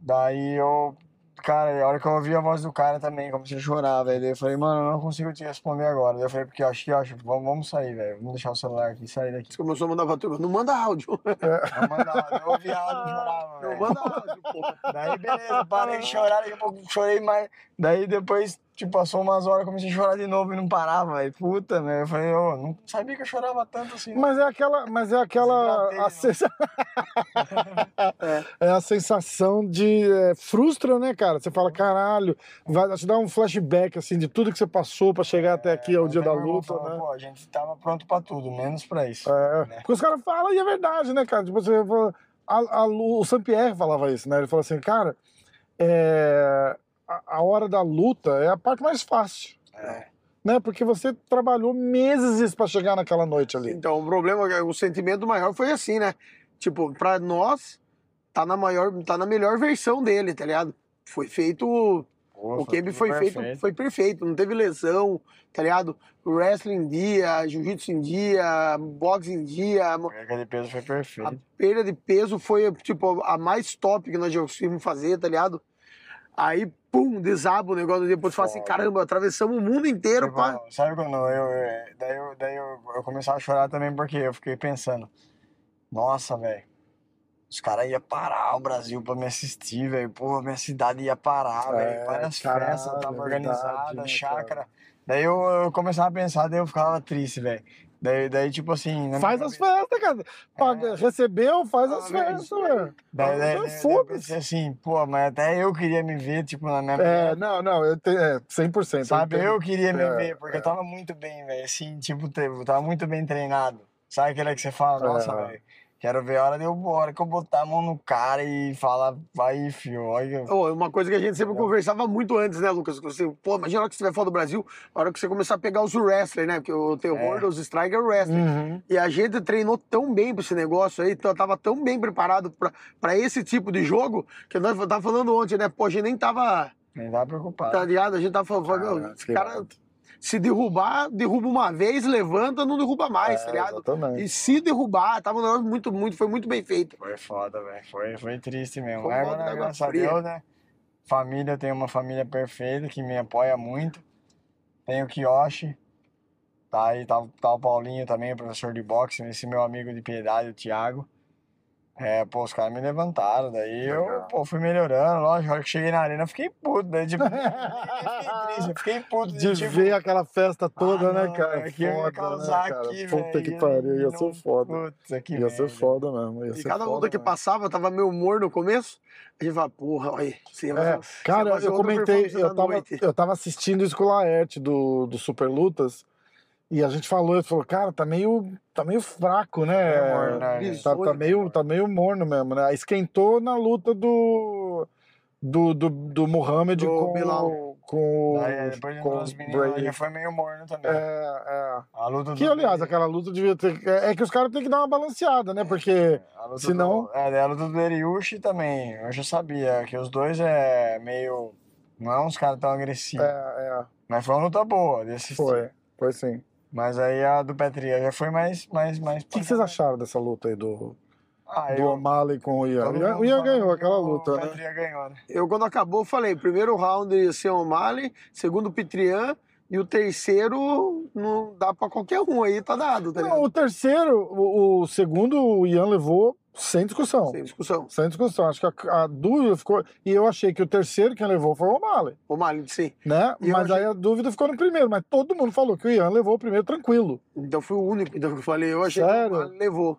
[SPEAKER 3] Daí eu, cara, a hora que eu ouvi a voz do cara também, comecei a chorar, velho. Daí eu falei, mano, eu não consigo te responder agora. Daí eu falei, porque eu acho que, eu acho, vamos, vamos sair, velho. Vamos deixar o celular aqui, e sair daqui.
[SPEAKER 2] Você começou a mandar pra turma. Não manda áudio.
[SPEAKER 3] Eu mandava, eu ouvi áudio e chorava,
[SPEAKER 2] Não
[SPEAKER 3] velho.
[SPEAKER 2] manda áudio, porra.
[SPEAKER 3] Daí beleza, parei de chorar, daqui a pouco chorei mais. Daí depois, tipo, passou umas horas, comecei a chorar de novo e não parava, velho. Puta, velho. Eu falei, eu não sabia que eu chorava tanto assim. não.
[SPEAKER 1] Mas é aquela. Mas é aquela.
[SPEAKER 3] Desidratei,
[SPEAKER 1] A
[SPEAKER 3] não.
[SPEAKER 1] sensa- é a sensação de. é, frustra, né, cara? Você fala, caralho, vai te dar um flashback, assim, de tudo que você passou pra chegar até aqui ao é
[SPEAKER 3] Mas
[SPEAKER 1] dia
[SPEAKER 3] daí
[SPEAKER 1] da
[SPEAKER 3] meu irmão
[SPEAKER 1] luta,
[SPEAKER 3] falou,
[SPEAKER 1] né?
[SPEAKER 3] Pô, a gente tava pronto pra tudo, menos pra isso.
[SPEAKER 1] É,
[SPEAKER 3] né?
[SPEAKER 1] porque os caras falam e é verdade, né, cara? Tipo, você fala- a- a- o Saint-Pierre falava isso, né? Ele falou assim, cara, é, a, a hora da luta é a parte mais fácil,
[SPEAKER 3] É.
[SPEAKER 1] né? Porque você trabalhou meses pra chegar naquela noite ali.
[SPEAKER 2] Então, o problema, o sentimento maior foi assim, né? Tipo, pra nós, tá na, maior, tá na melhor versão dele, tá ligado? Foi feito
[SPEAKER 3] Pô,
[SPEAKER 2] O Kemp
[SPEAKER 3] tudo
[SPEAKER 2] foi feito,
[SPEAKER 3] perfeito.
[SPEAKER 2] foi perfeito, não teve lesão, tá ligado? Wrestling em dia, jiu-jitsu em dia, boxe em dia. mo-
[SPEAKER 3] Aquele peso foi
[SPEAKER 2] A
[SPEAKER 3] perfeito.
[SPEAKER 2] perda de peso foi, tipo, a mais top que nós já conseguimos fazer, tá ligado? Aí, pum, desaba o negócio. Depois tu fala assim,
[SPEAKER 3] Foda.
[SPEAKER 2] caramba, atravessamos o mundo inteiro,
[SPEAKER 3] Tipo,
[SPEAKER 2] pá.
[SPEAKER 3] sabe quando eu, eu- daí, eu, daí eu, eu começava a chorar também porque eu fiquei pensando, nossa, velho, os caras iam parar o Brasil pra me assistir, velho, pô, minha cidade ia parar,
[SPEAKER 1] É,
[SPEAKER 3] velho, várias
[SPEAKER 1] caralho,
[SPEAKER 3] festas estavam
[SPEAKER 1] é
[SPEAKER 3] organizadas,
[SPEAKER 1] verdade, né,
[SPEAKER 3] chácara.
[SPEAKER 1] cara?
[SPEAKER 3] Daí eu, eu começava a pensar, daí eu ficava triste, velho. Daí, daí, tipo assim... na
[SPEAKER 1] Faz
[SPEAKER 3] minha
[SPEAKER 1] as
[SPEAKER 3] cabeça-
[SPEAKER 1] festas, cara.
[SPEAKER 3] É.
[SPEAKER 1] Paga- Recebeu, faz as
[SPEAKER 2] Ah, velho,
[SPEAKER 1] festas, velho. Não,
[SPEAKER 3] Daí, daí, daí, daí eu
[SPEAKER 1] foda-se.
[SPEAKER 3] pensei assim, pô, mas até eu queria me ver, tipo, na minha...
[SPEAKER 1] É, não, não, eu te, é, 100%.
[SPEAKER 3] Sabe, eu queria me
[SPEAKER 1] É,
[SPEAKER 3] ver, porque
[SPEAKER 1] é.
[SPEAKER 3] eu tava muito bem, velho. Assim, tipo, te- eu tava muito bem treinado. Sabe aquele que você fala, nossa,
[SPEAKER 1] É.
[SPEAKER 3] velho, quero ver a hora de eu, a hora que eu botar a mão no cara e falar, vai, fio, olha. que eu-"
[SPEAKER 2] Ô, é uma coisa que a gente sempre conversava muito antes, né, Lucas? Que Você, pô, imagina a hora que você vai fora do Brasil, a hora que você começar a pegar os wrestlers, né? Porque o terror
[SPEAKER 3] É.
[SPEAKER 2] dos strikers é o wrestling.
[SPEAKER 1] Uhum.
[SPEAKER 2] E a gente treinou tão bem pra esse negócio aí, t- tava tão bem preparado pra- pra esse tipo de jogo, que nós tava falando ontem, né? Pô, a gente nem tava,
[SPEAKER 3] Nem tava
[SPEAKER 2] tá
[SPEAKER 3] preocupado.
[SPEAKER 2] ligado? A gente tava falando,
[SPEAKER 1] Caraca,
[SPEAKER 2] esse
[SPEAKER 1] Ah, que
[SPEAKER 2] cara
[SPEAKER 1] irado.
[SPEAKER 2] se derrubar, derruba uma vez, levanta, não derruba mais, tá
[SPEAKER 1] É,
[SPEAKER 2] ligado?
[SPEAKER 1] exatamente.
[SPEAKER 2] E se derrubar, tava um negócio muito, muito, foi muito bem feito.
[SPEAKER 3] Foi foda, velho. Foi, foi triste mesmo.
[SPEAKER 2] Foi um
[SPEAKER 3] Mas
[SPEAKER 2] balde
[SPEAKER 3] agora,
[SPEAKER 2] d'água
[SPEAKER 3] graças a
[SPEAKER 2] fria.
[SPEAKER 3] Deus, né? Família, eu tenho uma família perfeita que me apoia muito. Tenho o Kiyoshi. Tá aí, tá, tá o Paulinho também, professor de boxe. Esse meu amigo de piedade, o Thiago. É, pô, os caras me levantaram, daí eu,
[SPEAKER 1] Legal.
[SPEAKER 3] pô, fui melhorando, lógico, a hora que cheguei na arena eu fiquei puto, daí tipo, eu fiquei triste, eu fiquei puto
[SPEAKER 1] De
[SPEAKER 3] tipo,
[SPEAKER 1] ver aquela festa toda,
[SPEAKER 3] ah,
[SPEAKER 1] né,
[SPEAKER 3] não,
[SPEAKER 1] cara?
[SPEAKER 3] velho, que eu ia
[SPEAKER 1] Foda, né,
[SPEAKER 3] causar
[SPEAKER 1] cara?
[SPEAKER 3] aqui,
[SPEAKER 1] Puta
[SPEAKER 3] velho,
[SPEAKER 1] que
[SPEAKER 3] e
[SPEAKER 1] pariu, ia
[SPEAKER 3] não-
[SPEAKER 1] ser foda.
[SPEAKER 3] Puta que
[SPEAKER 1] Ia ser
[SPEAKER 3] merda.
[SPEAKER 1] foda mesmo. Ia
[SPEAKER 2] E
[SPEAKER 1] ser
[SPEAKER 2] cada
[SPEAKER 1] foda né?
[SPEAKER 2] luta que
[SPEAKER 1] mesmo.
[SPEAKER 2] passava, tava meio humor no começo, a gente fala, porra, olha, aí, você vai fazer-
[SPEAKER 1] É,
[SPEAKER 2] né? você vai
[SPEAKER 1] cara,
[SPEAKER 2] fazer
[SPEAKER 1] eu
[SPEAKER 2] outra
[SPEAKER 1] comentei,
[SPEAKER 2] performance da
[SPEAKER 1] eu tava,
[SPEAKER 2] noite.
[SPEAKER 1] eu tava assistindo isso com o Laerte do, do Super Lutas e a gente falou, ele falou, cara, tá meio, tá meio fraco, né?
[SPEAKER 3] Meio morno, né,
[SPEAKER 2] velho?
[SPEAKER 1] tá, tá, meio, tá meio morno mesmo, né? Esquentou na luta do. Do, do, do Mohamed
[SPEAKER 2] Do
[SPEAKER 1] com,
[SPEAKER 2] Bilal.
[SPEAKER 1] com,
[SPEAKER 3] Daí é, depois de
[SPEAKER 1] com
[SPEAKER 3] entrar os meninos, lá, é
[SPEAKER 1] Bray.
[SPEAKER 3] já foi meio morno também.
[SPEAKER 1] É,
[SPEAKER 3] A luta
[SPEAKER 1] é. Que,
[SPEAKER 3] do-
[SPEAKER 1] aliás, aquela luta devia ter. É é que os caras têm que dar uma balanceada,
[SPEAKER 3] É.
[SPEAKER 1] né? Porque.
[SPEAKER 3] a luta
[SPEAKER 1] senão-
[SPEAKER 3] do, é, daí a luta do Eriushi também, eu já sabia que os dois é meio, não é uns caras tão agressivos,
[SPEAKER 1] É, é.
[SPEAKER 3] mas foi uma luta boa de assistir.
[SPEAKER 1] Foi. Foi sim. O
[SPEAKER 3] Mas aí a do Petria já foi mais. mais, mais
[SPEAKER 1] que, que vocês acharam dessa luta aí do,
[SPEAKER 3] Ah,
[SPEAKER 1] do O'Malley com o Ian?
[SPEAKER 3] todo mundo
[SPEAKER 1] O Ian
[SPEAKER 3] falando
[SPEAKER 1] ganhou
[SPEAKER 3] que
[SPEAKER 1] aquela luta,
[SPEAKER 3] O
[SPEAKER 1] né?
[SPEAKER 3] Petria ganhou, né?
[SPEAKER 2] Eu, quando acabou, falei: primeiro round ia ser o O'Malley, segundo o Pitrian, e o terceiro não dá pra qualquer um aí, tá dado, tá
[SPEAKER 1] Não,
[SPEAKER 2] ligado?
[SPEAKER 1] o terceiro, o, o segundo, o Ian levou Sem discussão.
[SPEAKER 2] Sem discussão.
[SPEAKER 1] Sem discussão. Acho que a, a dúvida ficou. E eu achei que o terceiro quem levou foi o O'Malley,
[SPEAKER 2] O Malin, sim.
[SPEAKER 1] né?
[SPEAKER 2] E eu
[SPEAKER 1] mas aí
[SPEAKER 2] achei-
[SPEAKER 1] a dúvida ficou no primeiro. Mas todo mundo falou que o Ian levou o primeiro tranquilo.
[SPEAKER 2] Então fui o único então, que eu falei. Eu achei que
[SPEAKER 1] Sério?
[SPEAKER 2] o Malin levou.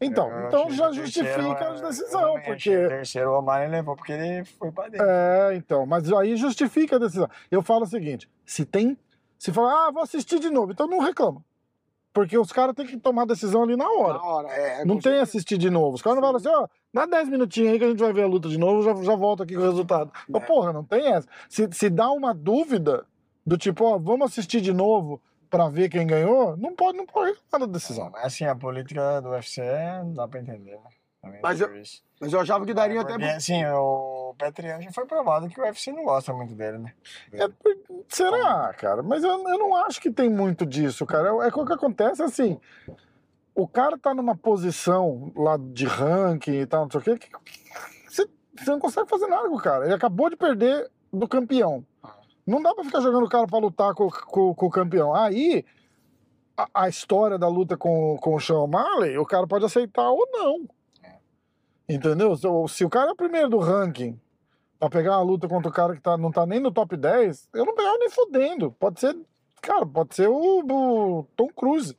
[SPEAKER 1] Então,
[SPEAKER 3] Eu
[SPEAKER 1] então
[SPEAKER 3] achei
[SPEAKER 1] já
[SPEAKER 3] o terceiro,
[SPEAKER 1] justifica a
[SPEAKER 3] eu- eu
[SPEAKER 1] decisão,
[SPEAKER 3] também achei O
[SPEAKER 1] porque.
[SPEAKER 3] terceiro o Omar levou porque ele foi pra dentro.
[SPEAKER 1] É, então, mas aí justifica a decisão. Eu falo o seguinte: se tem. Se falar, ah, vou assistir de novo, então não reclama. Porque os caras têm que tomar decisão ali na hora.
[SPEAKER 2] Na hora, é.
[SPEAKER 1] Não
[SPEAKER 2] com
[SPEAKER 1] tem
[SPEAKER 2] certeza.
[SPEAKER 1] assistir de novo. Os caras não falam assim, ó, dá 10 minutinhos aí que a gente vai ver a luta de novo, já, já volto aqui com o resultado.
[SPEAKER 2] É.
[SPEAKER 1] Mas, porra, não tem essa. Se, se dá uma dúvida do tipo, ó, vamos assistir de novo pra ver quem ganhou, não pode, não pode reclamar da decisão.
[SPEAKER 3] Mas assim, a política do UFC não dá pra entender, né? Também
[SPEAKER 2] Mas
[SPEAKER 3] teve isso.
[SPEAKER 2] Mas eu achava que daria até.
[SPEAKER 3] Porque, assim, o Petriano já foi provado que o UFC não gosta muito dele, né?
[SPEAKER 1] É, será, cara? Mas eu, eu não acho que tem muito disso, cara. É, é que o que acontece assim. O cara tá numa posição lá de ranking e tal, não sei o quê, que, que- você, você não consegue fazer nada com o cara. Ele acabou de perder do campeão. Não dá pra ficar jogando o cara pra lutar com, com- com o campeão. Aí, a, a história da luta com, com o Sean O'Malley, o cara pode aceitar ou não. Entendeu? Se, o- se o cara é o primeiro do ranking pra pegar uma luta contra o cara que tá, não tá nem no top 10, eu não pegava nem fodendo. Pode ser, cara, pode ser o, o Tom Cruise.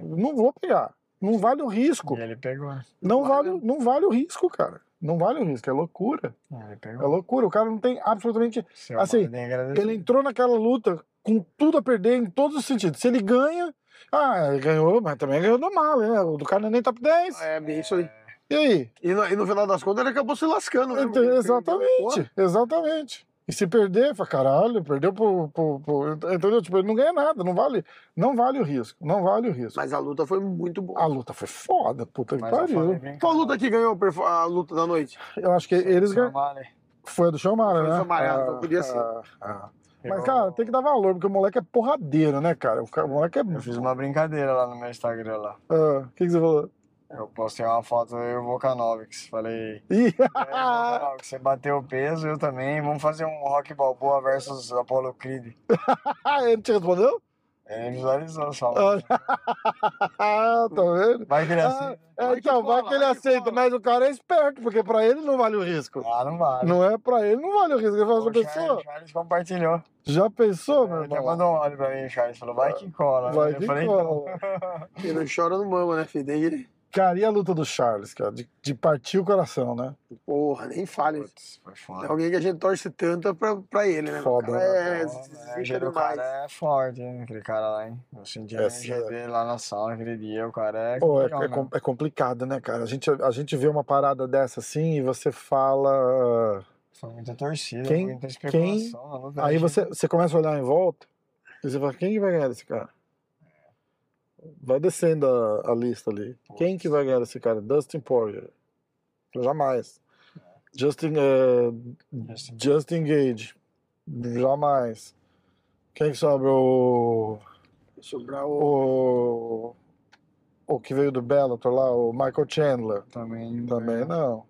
[SPEAKER 1] Não vou pegar. Não vale o risco.
[SPEAKER 3] E ele pegou. né?
[SPEAKER 1] Não
[SPEAKER 2] vale.
[SPEAKER 1] vale, não vale o risco, cara. Não vale o risco. É loucura.
[SPEAKER 3] Ele
[SPEAKER 1] É
[SPEAKER 3] pegou.
[SPEAKER 1] loucura. O cara não tem absolutamente.
[SPEAKER 3] Se o Omar
[SPEAKER 1] assim,
[SPEAKER 3] tem que agradecer.
[SPEAKER 1] Ele entrou naquela luta com tudo a perder em todos os sentidos. Se ele ganha. Ah, ele ganhou, mas também ganhou do mal, né? O do cara não é nem top 10.
[SPEAKER 3] Ah,
[SPEAKER 2] É, bem isso aí.
[SPEAKER 1] E aí?
[SPEAKER 2] E no, e no final das contas ele acabou se lascando,
[SPEAKER 3] é
[SPEAKER 2] né?
[SPEAKER 1] Então,
[SPEAKER 2] Porque ele perdeu,
[SPEAKER 1] exatamente, exatamente. E se perder, fala, caralho, perdeu pro, pro, pro- Entendeu? Tipo, ele não ganha nada, não vale, não vale o risco. Não vale o
[SPEAKER 2] pô.
[SPEAKER 1] risco.
[SPEAKER 2] Mas a luta foi muito boa.
[SPEAKER 1] A luta foi foda, puta que
[SPEAKER 3] Mas eu falei né?
[SPEAKER 1] pariu.
[SPEAKER 3] bem
[SPEAKER 2] Qual luta que ganhou a perfo- a luta da noite?
[SPEAKER 1] Eu acho que eles ganharam. Foi a do Chamara,
[SPEAKER 2] Foi
[SPEAKER 1] né?
[SPEAKER 2] do Chamara, então podia ser.
[SPEAKER 1] ah, ah. Mas, cara, tem que dar valor, porque o moleque é porradeiro, né, cara? O, cara, o moleque é.
[SPEAKER 3] Eu fiz uma brincadeira lá no meu Instagram lá.
[SPEAKER 1] Ah, O que, que você falou?
[SPEAKER 3] Eu postei uma foto eu e o Volcanovics. Falei,
[SPEAKER 1] Ih,
[SPEAKER 3] "E aí,
[SPEAKER 1] Ah.
[SPEAKER 3] Volcanovics, você bateu o peso, eu também. Vamos fazer um Rock Balboa versus Apollo Creed.
[SPEAKER 1] ele te respondeu?
[SPEAKER 3] Ele visualizou só.
[SPEAKER 1] Ah, tá vendo?
[SPEAKER 3] Vai assim, que ele
[SPEAKER 1] Ah,
[SPEAKER 3] aceita.
[SPEAKER 1] é,
[SPEAKER 2] Vai que
[SPEAKER 1] então, vai
[SPEAKER 2] cola,
[SPEAKER 1] que ele
[SPEAKER 2] vai que
[SPEAKER 1] aceita,
[SPEAKER 2] cola.
[SPEAKER 1] mas o cara é esperto, porque pra ele não vale o risco.
[SPEAKER 3] Ah, não vale.
[SPEAKER 1] Não é pra ele, não vale o risco. Ele fala, já
[SPEAKER 3] O Charles,
[SPEAKER 1] pensou?
[SPEAKER 3] o Charles compartilhou.
[SPEAKER 1] Já pensou, meu
[SPEAKER 3] Ele até
[SPEAKER 1] irmão?
[SPEAKER 3] mandou um áudio pra mim, o Charles. Falou, vai que cola. né?
[SPEAKER 1] Vai
[SPEAKER 3] eu
[SPEAKER 1] que
[SPEAKER 3] falei,
[SPEAKER 1] cola.
[SPEAKER 3] então.
[SPEAKER 2] Quem não chora não mama, né, filho? Tem que-
[SPEAKER 1] Cara, e a luta do Charles, cara? De, de partir o coração, né?
[SPEAKER 2] Porra, nem fale.
[SPEAKER 3] Putz, foi
[SPEAKER 2] É
[SPEAKER 3] foda.
[SPEAKER 2] alguém que a gente torce tanto pra, pra ele, né?
[SPEAKER 1] Foda,
[SPEAKER 2] O cara
[SPEAKER 3] É,
[SPEAKER 2] é,
[SPEAKER 3] a
[SPEAKER 2] zica
[SPEAKER 3] energia do
[SPEAKER 2] demais.
[SPEAKER 3] cara é forte, hein? Aquele cara lá, hein? Eu senti
[SPEAKER 1] É,
[SPEAKER 3] a energia
[SPEAKER 1] sério.
[SPEAKER 3] dele lá na sala aquele dia, o cara é.
[SPEAKER 1] Pô, é,
[SPEAKER 3] campeão,
[SPEAKER 1] é
[SPEAKER 3] né?
[SPEAKER 1] com- é complicado, né, cara? A gente, a gente vê uma parada dessa assim e você fala.
[SPEAKER 3] Foi muita torcida,
[SPEAKER 1] Quem-
[SPEAKER 3] muita especulação. na luta,
[SPEAKER 1] Aí
[SPEAKER 3] achei-
[SPEAKER 1] você, você começa a olhar em volta e você fala: quem que vai ganhar desse cara? Vai descendo a, a lista ali. Quem que vai ganhar desse cara? Dustin Poirier. Jamais. Justin, eh,
[SPEAKER 3] Justin-
[SPEAKER 1] Justin Gage. Jamais. Quem que sobra? O.
[SPEAKER 2] Sobrar o...
[SPEAKER 1] O. O que veio do Bellator lá, o Michael Chandler.
[SPEAKER 3] Também.
[SPEAKER 1] Também não.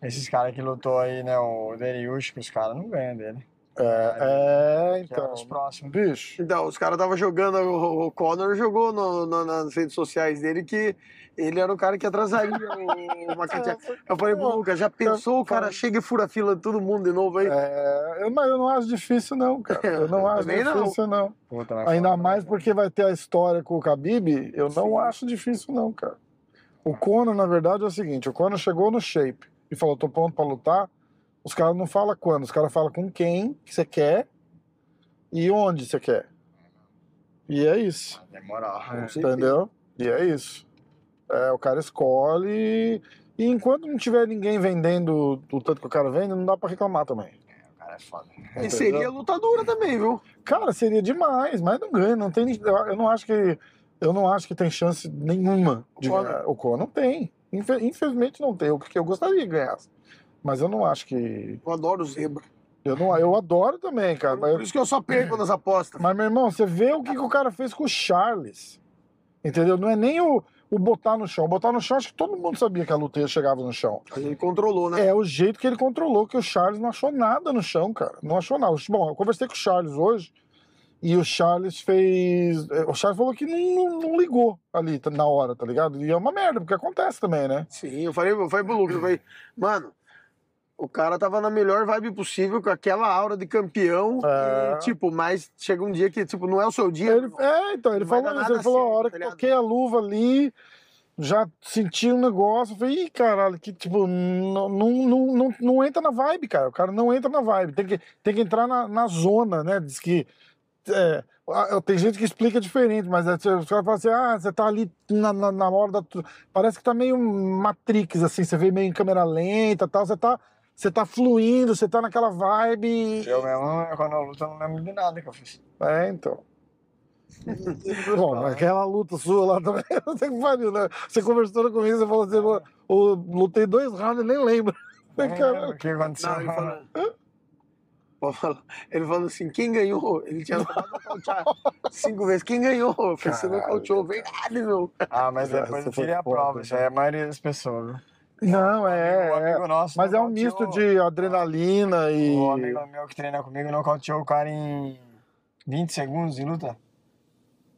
[SPEAKER 3] Esses caras que lutou aí, né? O Deriushko, os caras não ganham dele.
[SPEAKER 1] É, é
[SPEAKER 3] Que eram
[SPEAKER 1] então.
[SPEAKER 3] os próximos.
[SPEAKER 1] Bicho.
[SPEAKER 2] Então, os caras estavam jogando, o, o Conor jogou no- no- nas redes sociais dele que ele era o cara que atrasaria o, o Macatiá. Eu falei, pô, Lucas, já pensou o cara chega e fura a fila de todo mundo de novo aí?
[SPEAKER 1] É, eu, mas eu não acho difícil, não, cara. Eu não acho
[SPEAKER 2] Também não.
[SPEAKER 1] difícil, não.
[SPEAKER 3] Puta, mas
[SPEAKER 1] Ainda
[SPEAKER 3] foda,
[SPEAKER 1] mais
[SPEAKER 3] né?
[SPEAKER 1] porque vai ter a história com o Khabib, eu não
[SPEAKER 2] Sim.
[SPEAKER 1] acho difícil não, cara. O Conor, na verdade, é o seguinte, o Conor chegou no shape e falou, tô pronto pra lutar, os caras não falam quando, os caras falam com quem que você quer e onde você quer. E é isso,
[SPEAKER 3] Demorar.
[SPEAKER 1] É. entendeu? E é isso. É, o cara escolhe e enquanto não tiver ninguém vendendo o tanto que o cara vende, não dá pra reclamar também.
[SPEAKER 3] O cara é foda.
[SPEAKER 2] E seria lutadora também, viu?
[SPEAKER 1] Cara, seria demais, mas não ganha, não tem, nem- eu eu não acho que eu não acho que tem chance nenhuma de
[SPEAKER 2] O Conor?
[SPEAKER 1] ganhar. O Conor não tem. Infe- Infelizmente não tem, porque eu gostaria que ganhasse. Mas eu não acho que
[SPEAKER 2] Eu adoro zebra.
[SPEAKER 1] eu não, eu adoro também, cara, mas,
[SPEAKER 2] Por isso que eu só perco nas apostas.
[SPEAKER 1] mas, meu irmão, você vê o que, que o cara fez com o Charles. Entendeu? Não é nem o, o botar no chão. Botar no chão, acho que todo mundo sabia que a luta chegava no chão.
[SPEAKER 2] Mas ele controlou, né?
[SPEAKER 1] É o jeito que ele controlou, que o Charles não achou nada no chão, cara. Não achou nada. Bom, eu conversei com o Charles hoje E o Charles fez. é, O Charles falou que não, não- não ligou ali tá- na hora, tá ligado? E é uma merda, porque acontece também, né?
[SPEAKER 2] Sim, eu falei, eu falei pro Lucas, eu falei, mano, o cara tava na melhor vibe possível, com aquela aura de campeão,
[SPEAKER 1] É.
[SPEAKER 2] e, tipo, mas chega um dia que, tipo, não é o seu dia.
[SPEAKER 1] Ele- é, então, ele
[SPEAKER 2] Não vai
[SPEAKER 1] falou
[SPEAKER 2] dar
[SPEAKER 1] isso. Ele
[SPEAKER 2] nada
[SPEAKER 1] falou: a
[SPEAKER 2] certo,
[SPEAKER 1] hora
[SPEAKER 2] tá
[SPEAKER 1] que
[SPEAKER 2] ligado?
[SPEAKER 1] toquei a luva ali, já senti um negócio. Eu falei: ih, caralho, que tipo, não, não, não, não, não entra na vibe, cara. O cara não entra na vibe. Tem que, tem que entrar na, na zona, né? Diz que. é, a- tem gente que explica diferente, mas é, os caras falam assim: ah, você tá ali na, na, na hora da. tu- Parece que tá meio Matrix, assim, você vê meio em câmera lenta e tal, você tá. Você tá fluindo, você tá naquela vibe.
[SPEAKER 3] Eu mesmo, quando eu luto, eu não lembro de nada que eu fiz.
[SPEAKER 1] É, então. Bom, aquela luta sua lá também, você que pariu, né? Você conversando comigo, você falou assim, "Pô, eu lutei dois rounds e nem lembro.
[SPEAKER 3] Nem lembro
[SPEAKER 1] Caralho.
[SPEAKER 3] O que aconteceu?
[SPEAKER 2] Não, ele falou. Vou falar. Ele falou assim: quem ganhou? Ele tinha tomado nocautear cinco vezes. Quem ganhou? Eu falei, Você
[SPEAKER 3] Caralho,
[SPEAKER 2] nocauteou, verdade, meu.
[SPEAKER 3] Ah, mas
[SPEAKER 1] Essa
[SPEAKER 3] depois eu
[SPEAKER 1] foi
[SPEAKER 3] tirei a
[SPEAKER 1] foda,
[SPEAKER 3] prova.
[SPEAKER 1] né?
[SPEAKER 3] Isso aí é a maioria das pessoas. viu?
[SPEAKER 1] Não,
[SPEAKER 3] um
[SPEAKER 1] é,
[SPEAKER 3] amigo
[SPEAKER 1] é.
[SPEAKER 3] nosso.
[SPEAKER 1] Mas é um misto
[SPEAKER 3] nocauteou-
[SPEAKER 1] de adrenalina e...
[SPEAKER 3] O amigo meu que treina comigo nocauteou o cara em 20 segundos de luta.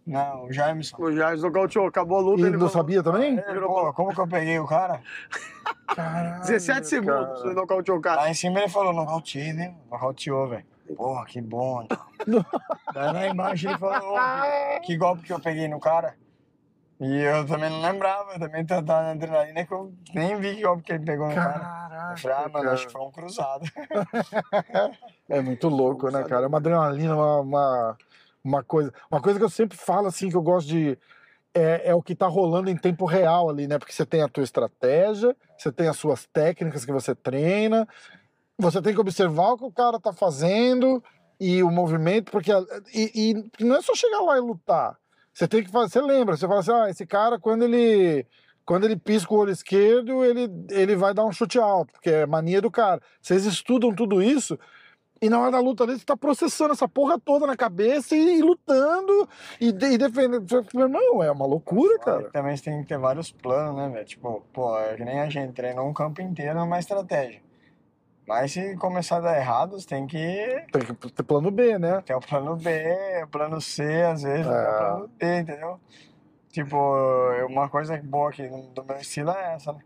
[SPEAKER 3] Não, o Jameson.
[SPEAKER 2] O Jairus nocauteou, acabou a luta.
[SPEAKER 1] E
[SPEAKER 2] ele
[SPEAKER 1] não
[SPEAKER 2] falou,
[SPEAKER 1] sabia também?
[SPEAKER 3] É, Ele, pô, como que eu peguei o cara?
[SPEAKER 1] Caralho,
[SPEAKER 2] 17 segundos, ele nocauteou o cara.
[SPEAKER 3] Lá em cima ele falou, nocauteei, né? Nocauteou, velho. Porra, que bom. Daí lá embaixo ele falou, ô, que- que golpe que eu peguei no cara. E eu também não lembrava, eu também tava na adrenalina que eu nem vi que golpe que ele pegou no cara. Eu
[SPEAKER 1] Caraca,
[SPEAKER 3] falei, ah, mano,
[SPEAKER 1] cara.
[SPEAKER 3] acho que foi um cruzado.
[SPEAKER 1] É muito louco, né, cara? É uma adrenalina, uma, uma, uma coisa. Uma coisa que eu sempre falo, assim, que eu gosto de. É, é o que tá rolando em tempo real ali, né? Porque você tem a tua estratégia, você tem as suas técnicas que você treina, você tem que observar o que o cara tá fazendo e o movimento, porque. a- E, e não é só chegar lá e lutar. Você tem que fazer. Você lembra, você fala assim, ah, esse cara, quando ele. Quando ele pisca o olho esquerdo, ele, ele vai dar um chute alto, porque é mania do cara. Vocês estudam tudo isso e na hora da luta ali, você tá processando essa porra toda na cabeça e, e lutando e, de- e defendendo. Você fala, Não, é uma loucura,
[SPEAKER 3] Aí
[SPEAKER 1] cara.
[SPEAKER 3] também você tem que ter vários planos, né, velho? Tipo, pô, é que nem a gente treinou um campo inteiro numa estratégia. Mas se começar a dar errado, você tem que
[SPEAKER 1] Tem que ter plano B, né?
[SPEAKER 3] Tem o plano B, o plano C, às vezes, tem
[SPEAKER 1] É.
[SPEAKER 3] o plano D, entendeu? Tipo, eu- uma coisa boa aqui no- do meu estilo é essa, né?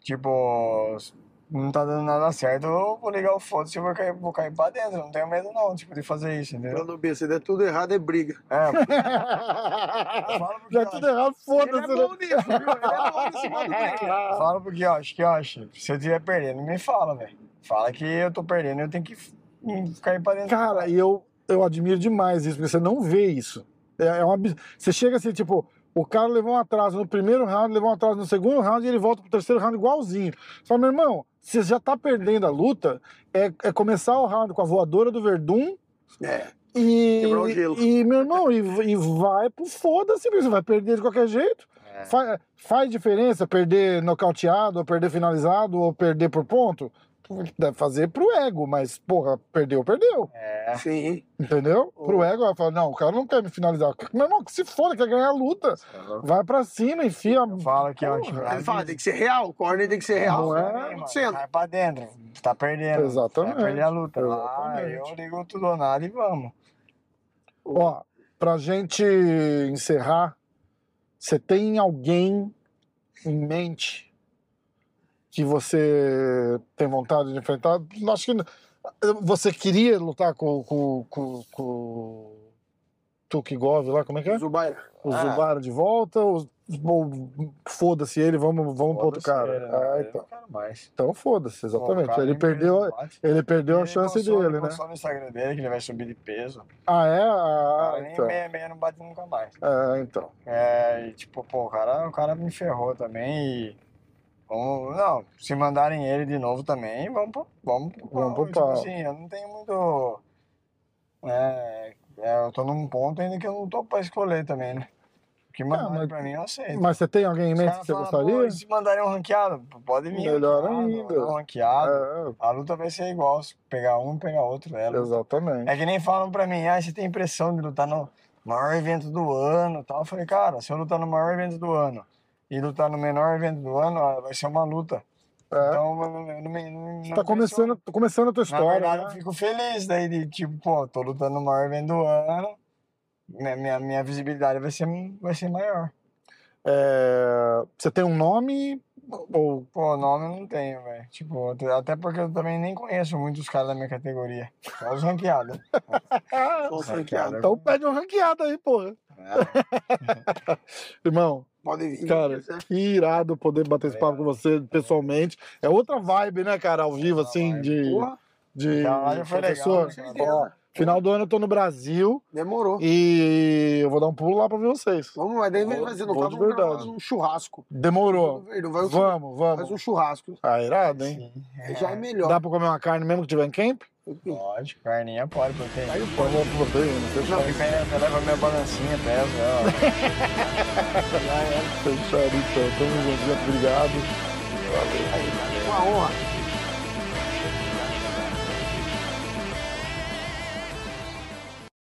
[SPEAKER 3] Tipo, se não tá dando nada certo, eu vou ligar o foda-se e vou cair, vou cair pra dentro. Não tenho medo não, tipo, de fazer isso, entendeu?
[SPEAKER 2] Plano B, se der tudo errado, é briga.
[SPEAKER 3] É, eu
[SPEAKER 1] Já
[SPEAKER 3] falo porque eu
[SPEAKER 1] tudo
[SPEAKER 3] acho.
[SPEAKER 1] errado,
[SPEAKER 2] Ele é
[SPEAKER 1] foda-se.
[SPEAKER 2] bom
[SPEAKER 1] né?
[SPEAKER 2] nisso, viu? Ele é bom nesse modo briga.
[SPEAKER 3] eu Falo porque eu um acho, que eu acho. Se eu tiver perdendo, me fala, velho. Fala que eu tô perdendo, eu tenho que f- hum, cair pra dentro.
[SPEAKER 1] Cara, e eu, eu admiro demais isso, porque você não vê isso. É, é um abs- Você chega assim, tipo, o cara levou um atraso no primeiro round, levou um atraso no segundo round e ele volta pro terceiro round igualzinho. Só, meu irmão, você já tá perdendo a luta, é, é começar o round com a voadora do Verdun
[SPEAKER 2] É,
[SPEAKER 1] E,
[SPEAKER 2] Quebrar o gelo.
[SPEAKER 1] e, meu irmão, e, e vai pro foda-se, porque você vai perder de qualquer jeito.
[SPEAKER 3] É.
[SPEAKER 1] Fa- faz diferença perder nocauteado, ou perder finalizado, ou perder por ponto? Deve fazer pro ego, mas, porra, perdeu, perdeu.
[SPEAKER 3] É,
[SPEAKER 2] sim.
[SPEAKER 1] Entendeu? Pro ego, ela fala, não, o cara não quer me finalizar. Meu irmão, que se foda, quer ganhar a luta. Vai pra cima, enfia. a-
[SPEAKER 3] fala que eu acho.
[SPEAKER 1] Porra.
[SPEAKER 2] Ele fala, tem que ser real, o corner tem que ser real.
[SPEAKER 1] Não é,
[SPEAKER 2] tá
[SPEAKER 3] Mano,
[SPEAKER 2] acontecendo.
[SPEAKER 3] Vai pra dentro, tá perdendo.
[SPEAKER 1] Exatamente.
[SPEAKER 3] Vai perder a luta. Ah,
[SPEAKER 1] Exatamente.
[SPEAKER 3] eu ligo tudo ou nada e vamos.
[SPEAKER 1] Ó, pra gente encerrar, você tem alguém em mente que você tem vontade de enfrentar? Acho que você queria lutar com, com, com, com o Tukigov lá, como é que é?
[SPEAKER 2] Zubaira.
[SPEAKER 1] O
[SPEAKER 3] Ah.
[SPEAKER 1] Zubar de volta? Ou, ou foda-se ele, vamos, vamos pro outro
[SPEAKER 3] Foda-se,
[SPEAKER 1] Um cara?
[SPEAKER 3] né?
[SPEAKER 1] Ah,
[SPEAKER 3] Eu
[SPEAKER 1] então.
[SPEAKER 3] não quero mais.
[SPEAKER 1] Então foda-se,
[SPEAKER 3] O
[SPEAKER 1] exatamente.
[SPEAKER 3] cara
[SPEAKER 1] Ele
[SPEAKER 3] me
[SPEAKER 1] perdeu,
[SPEAKER 3] bate.
[SPEAKER 1] ele perdeu a chance
[SPEAKER 3] postou-
[SPEAKER 1] dele,
[SPEAKER 3] ele
[SPEAKER 1] né?
[SPEAKER 3] postou no Instagram dele que ele vai subir de peso.
[SPEAKER 1] Ah, é?
[SPEAKER 3] O
[SPEAKER 1] Ah,
[SPEAKER 3] cara nem
[SPEAKER 1] então.
[SPEAKER 3] meia meia não bate nunca mais.
[SPEAKER 1] É, então.
[SPEAKER 3] É, e tipo, pô, o cara, o cara me ferrou também e. Vamos, não, se mandarem ele de novo também, vamos pro, vamos pro
[SPEAKER 1] Vamos
[SPEAKER 3] pau.
[SPEAKER 1] pro
[SPEAKER 3] Tipo
[SPEAKER 1] pau.
[SPEAKER 3] assim, eu não tenho muito. É, é, eu tô num ponto ainda que eu não tô pra escolher também, né? O que mandarem
[SPEAKER 1] mas-
[SPEAKER 3] pra mim eu aceito.
[SPEAKER 1] Mas você tem alguém em
[SPEAKER 3] Os
[SPEAKER 1] mente
[SPEAKER 3] caras
[SPEAKER 1] que você
[SPEAKER 3] falam,
[SPEAKER 1] gostaria?
[SPEAKER 3] "Pô, e se mandarem um ranqueado, Pô, pode vir.
[SPEAKER 1] Melhor
[SPEAKER 3] ranqueado,
[SPEAKER 1] ainda.
[SPEAKER 3] mandar Um ranqueado.
[SPEAKER 1] É,
[SPEAKER 3] A luta vai ser igual, se pegar um, pegar outro. É, luta.
[SPEAKER 1] exatamente.
[SPEAKER 3] É que nem falam pra mim, ah, você tem impressão de lutar no maior evento do ano e tal. Eu falei, cara, se eu lutar no maior evento do ano e lutar no menor evento do ano, ah, vai ser uma luta.
[SPEAKER 1] É.
[SPEAKER 3] Então, eu- eu- eu não me. Não,
[SPEAKER 1] Tá começando, tá começando a tua
[SPEAKER 3] Na
[SPEAKER 1] história.
[SPEAKER 3] verdade, eu
[SPEAKER 1] né?
[SPEAKER 3] fico feliz daí de tipo, pô, tô lutando no maior evento do ano. Minha, minha, minha visibilidade vai ser, vai ser maior.
[SPEAKER 1] É, Você tem um nome ou
[SPEAKER 3] Pô, nome eu não tenho, velho. Tipo, até- até porque eu também nem conheço muitos caras da minha categoria. Só os ranqueados.
[SPEAKER 2] Sou um
[SPEAKER 3] Nossa,
[SPEAKER 2] franqueado.
[SPEAKER 3] cara.
[SPEAKER 1] então pede um ranqueado aí, porra. Irmão,
[SPEAKER 2] Podem vir. é
[SPEAKER 1] Cara,
[SPEAKER 2] se quiser.
[SPEAKER 1] que irado poder bater esse papo com você pessoalmente. É outra vibe, né, cara, ao vivo,
[SPEAKER 3] Outra
[SPEAKER 1] assim,
[SPEAKER 3] vibe.
[SPEAKER 1] de.
[SPEAKER 2] Porra,
[SPEAKER 1] de
[SPEAKER 3] Caralho, foi legal,
[SPEAKER 1] professor, é
[SPEAKER 3] né,
[SPEAKER 2] com
[SPEAKER 3] cara?
[SPEAKER 1] ó,
[SPEAKER 2] certeza.
[SPEAKER 1] final do ano eu tô no Brasil
[SPEAKER 2] Demorou.
[SPEAKER 1] e eu vou dar um pulo lá pra ver vocês.
[SPEAKER 2] Vamos, mas daí vai
[SPEAKER 1] Vou-
[SPEAKER 2] fazer no
[SPEAKER 1] vou
[SPEAKER 2] caso
[SPEAKER 1] de
[SPEAKER 2] vamos gravar
[SPEAKER 1] verdade.
[SPEAKER 2] um churrasco.
[SPEAKER 1] Demorou.
[SPEAKER 2] Não vai um-
[SPEAKER 1] Vamos,
[SPEAKER 2] faz
[SPEAKER 1] vamos.
[SPEAKER 2] um churrasco.
[SPEAKER 1] Ah, irado, hein?
[SPEAKER 3] Sim.
[SPEAKER 2] Já é melhor. tá.
[SPEAKER 1] Dá pra comer uma carne mesmo que tiver em camp?
[SPEAKER 3] Pode, carninha pode, é proteína.
[SPEAKER 1] Aí pode uma proteína, fechado.
[SPEAKER 3] Até leva minha balancinha, peso ela.
[SPEAKER 2] é.
[SPEAKER 1] Fechado, então. Tamo junto, gente. obrigado.
[SPEAKER 2] Uma honra.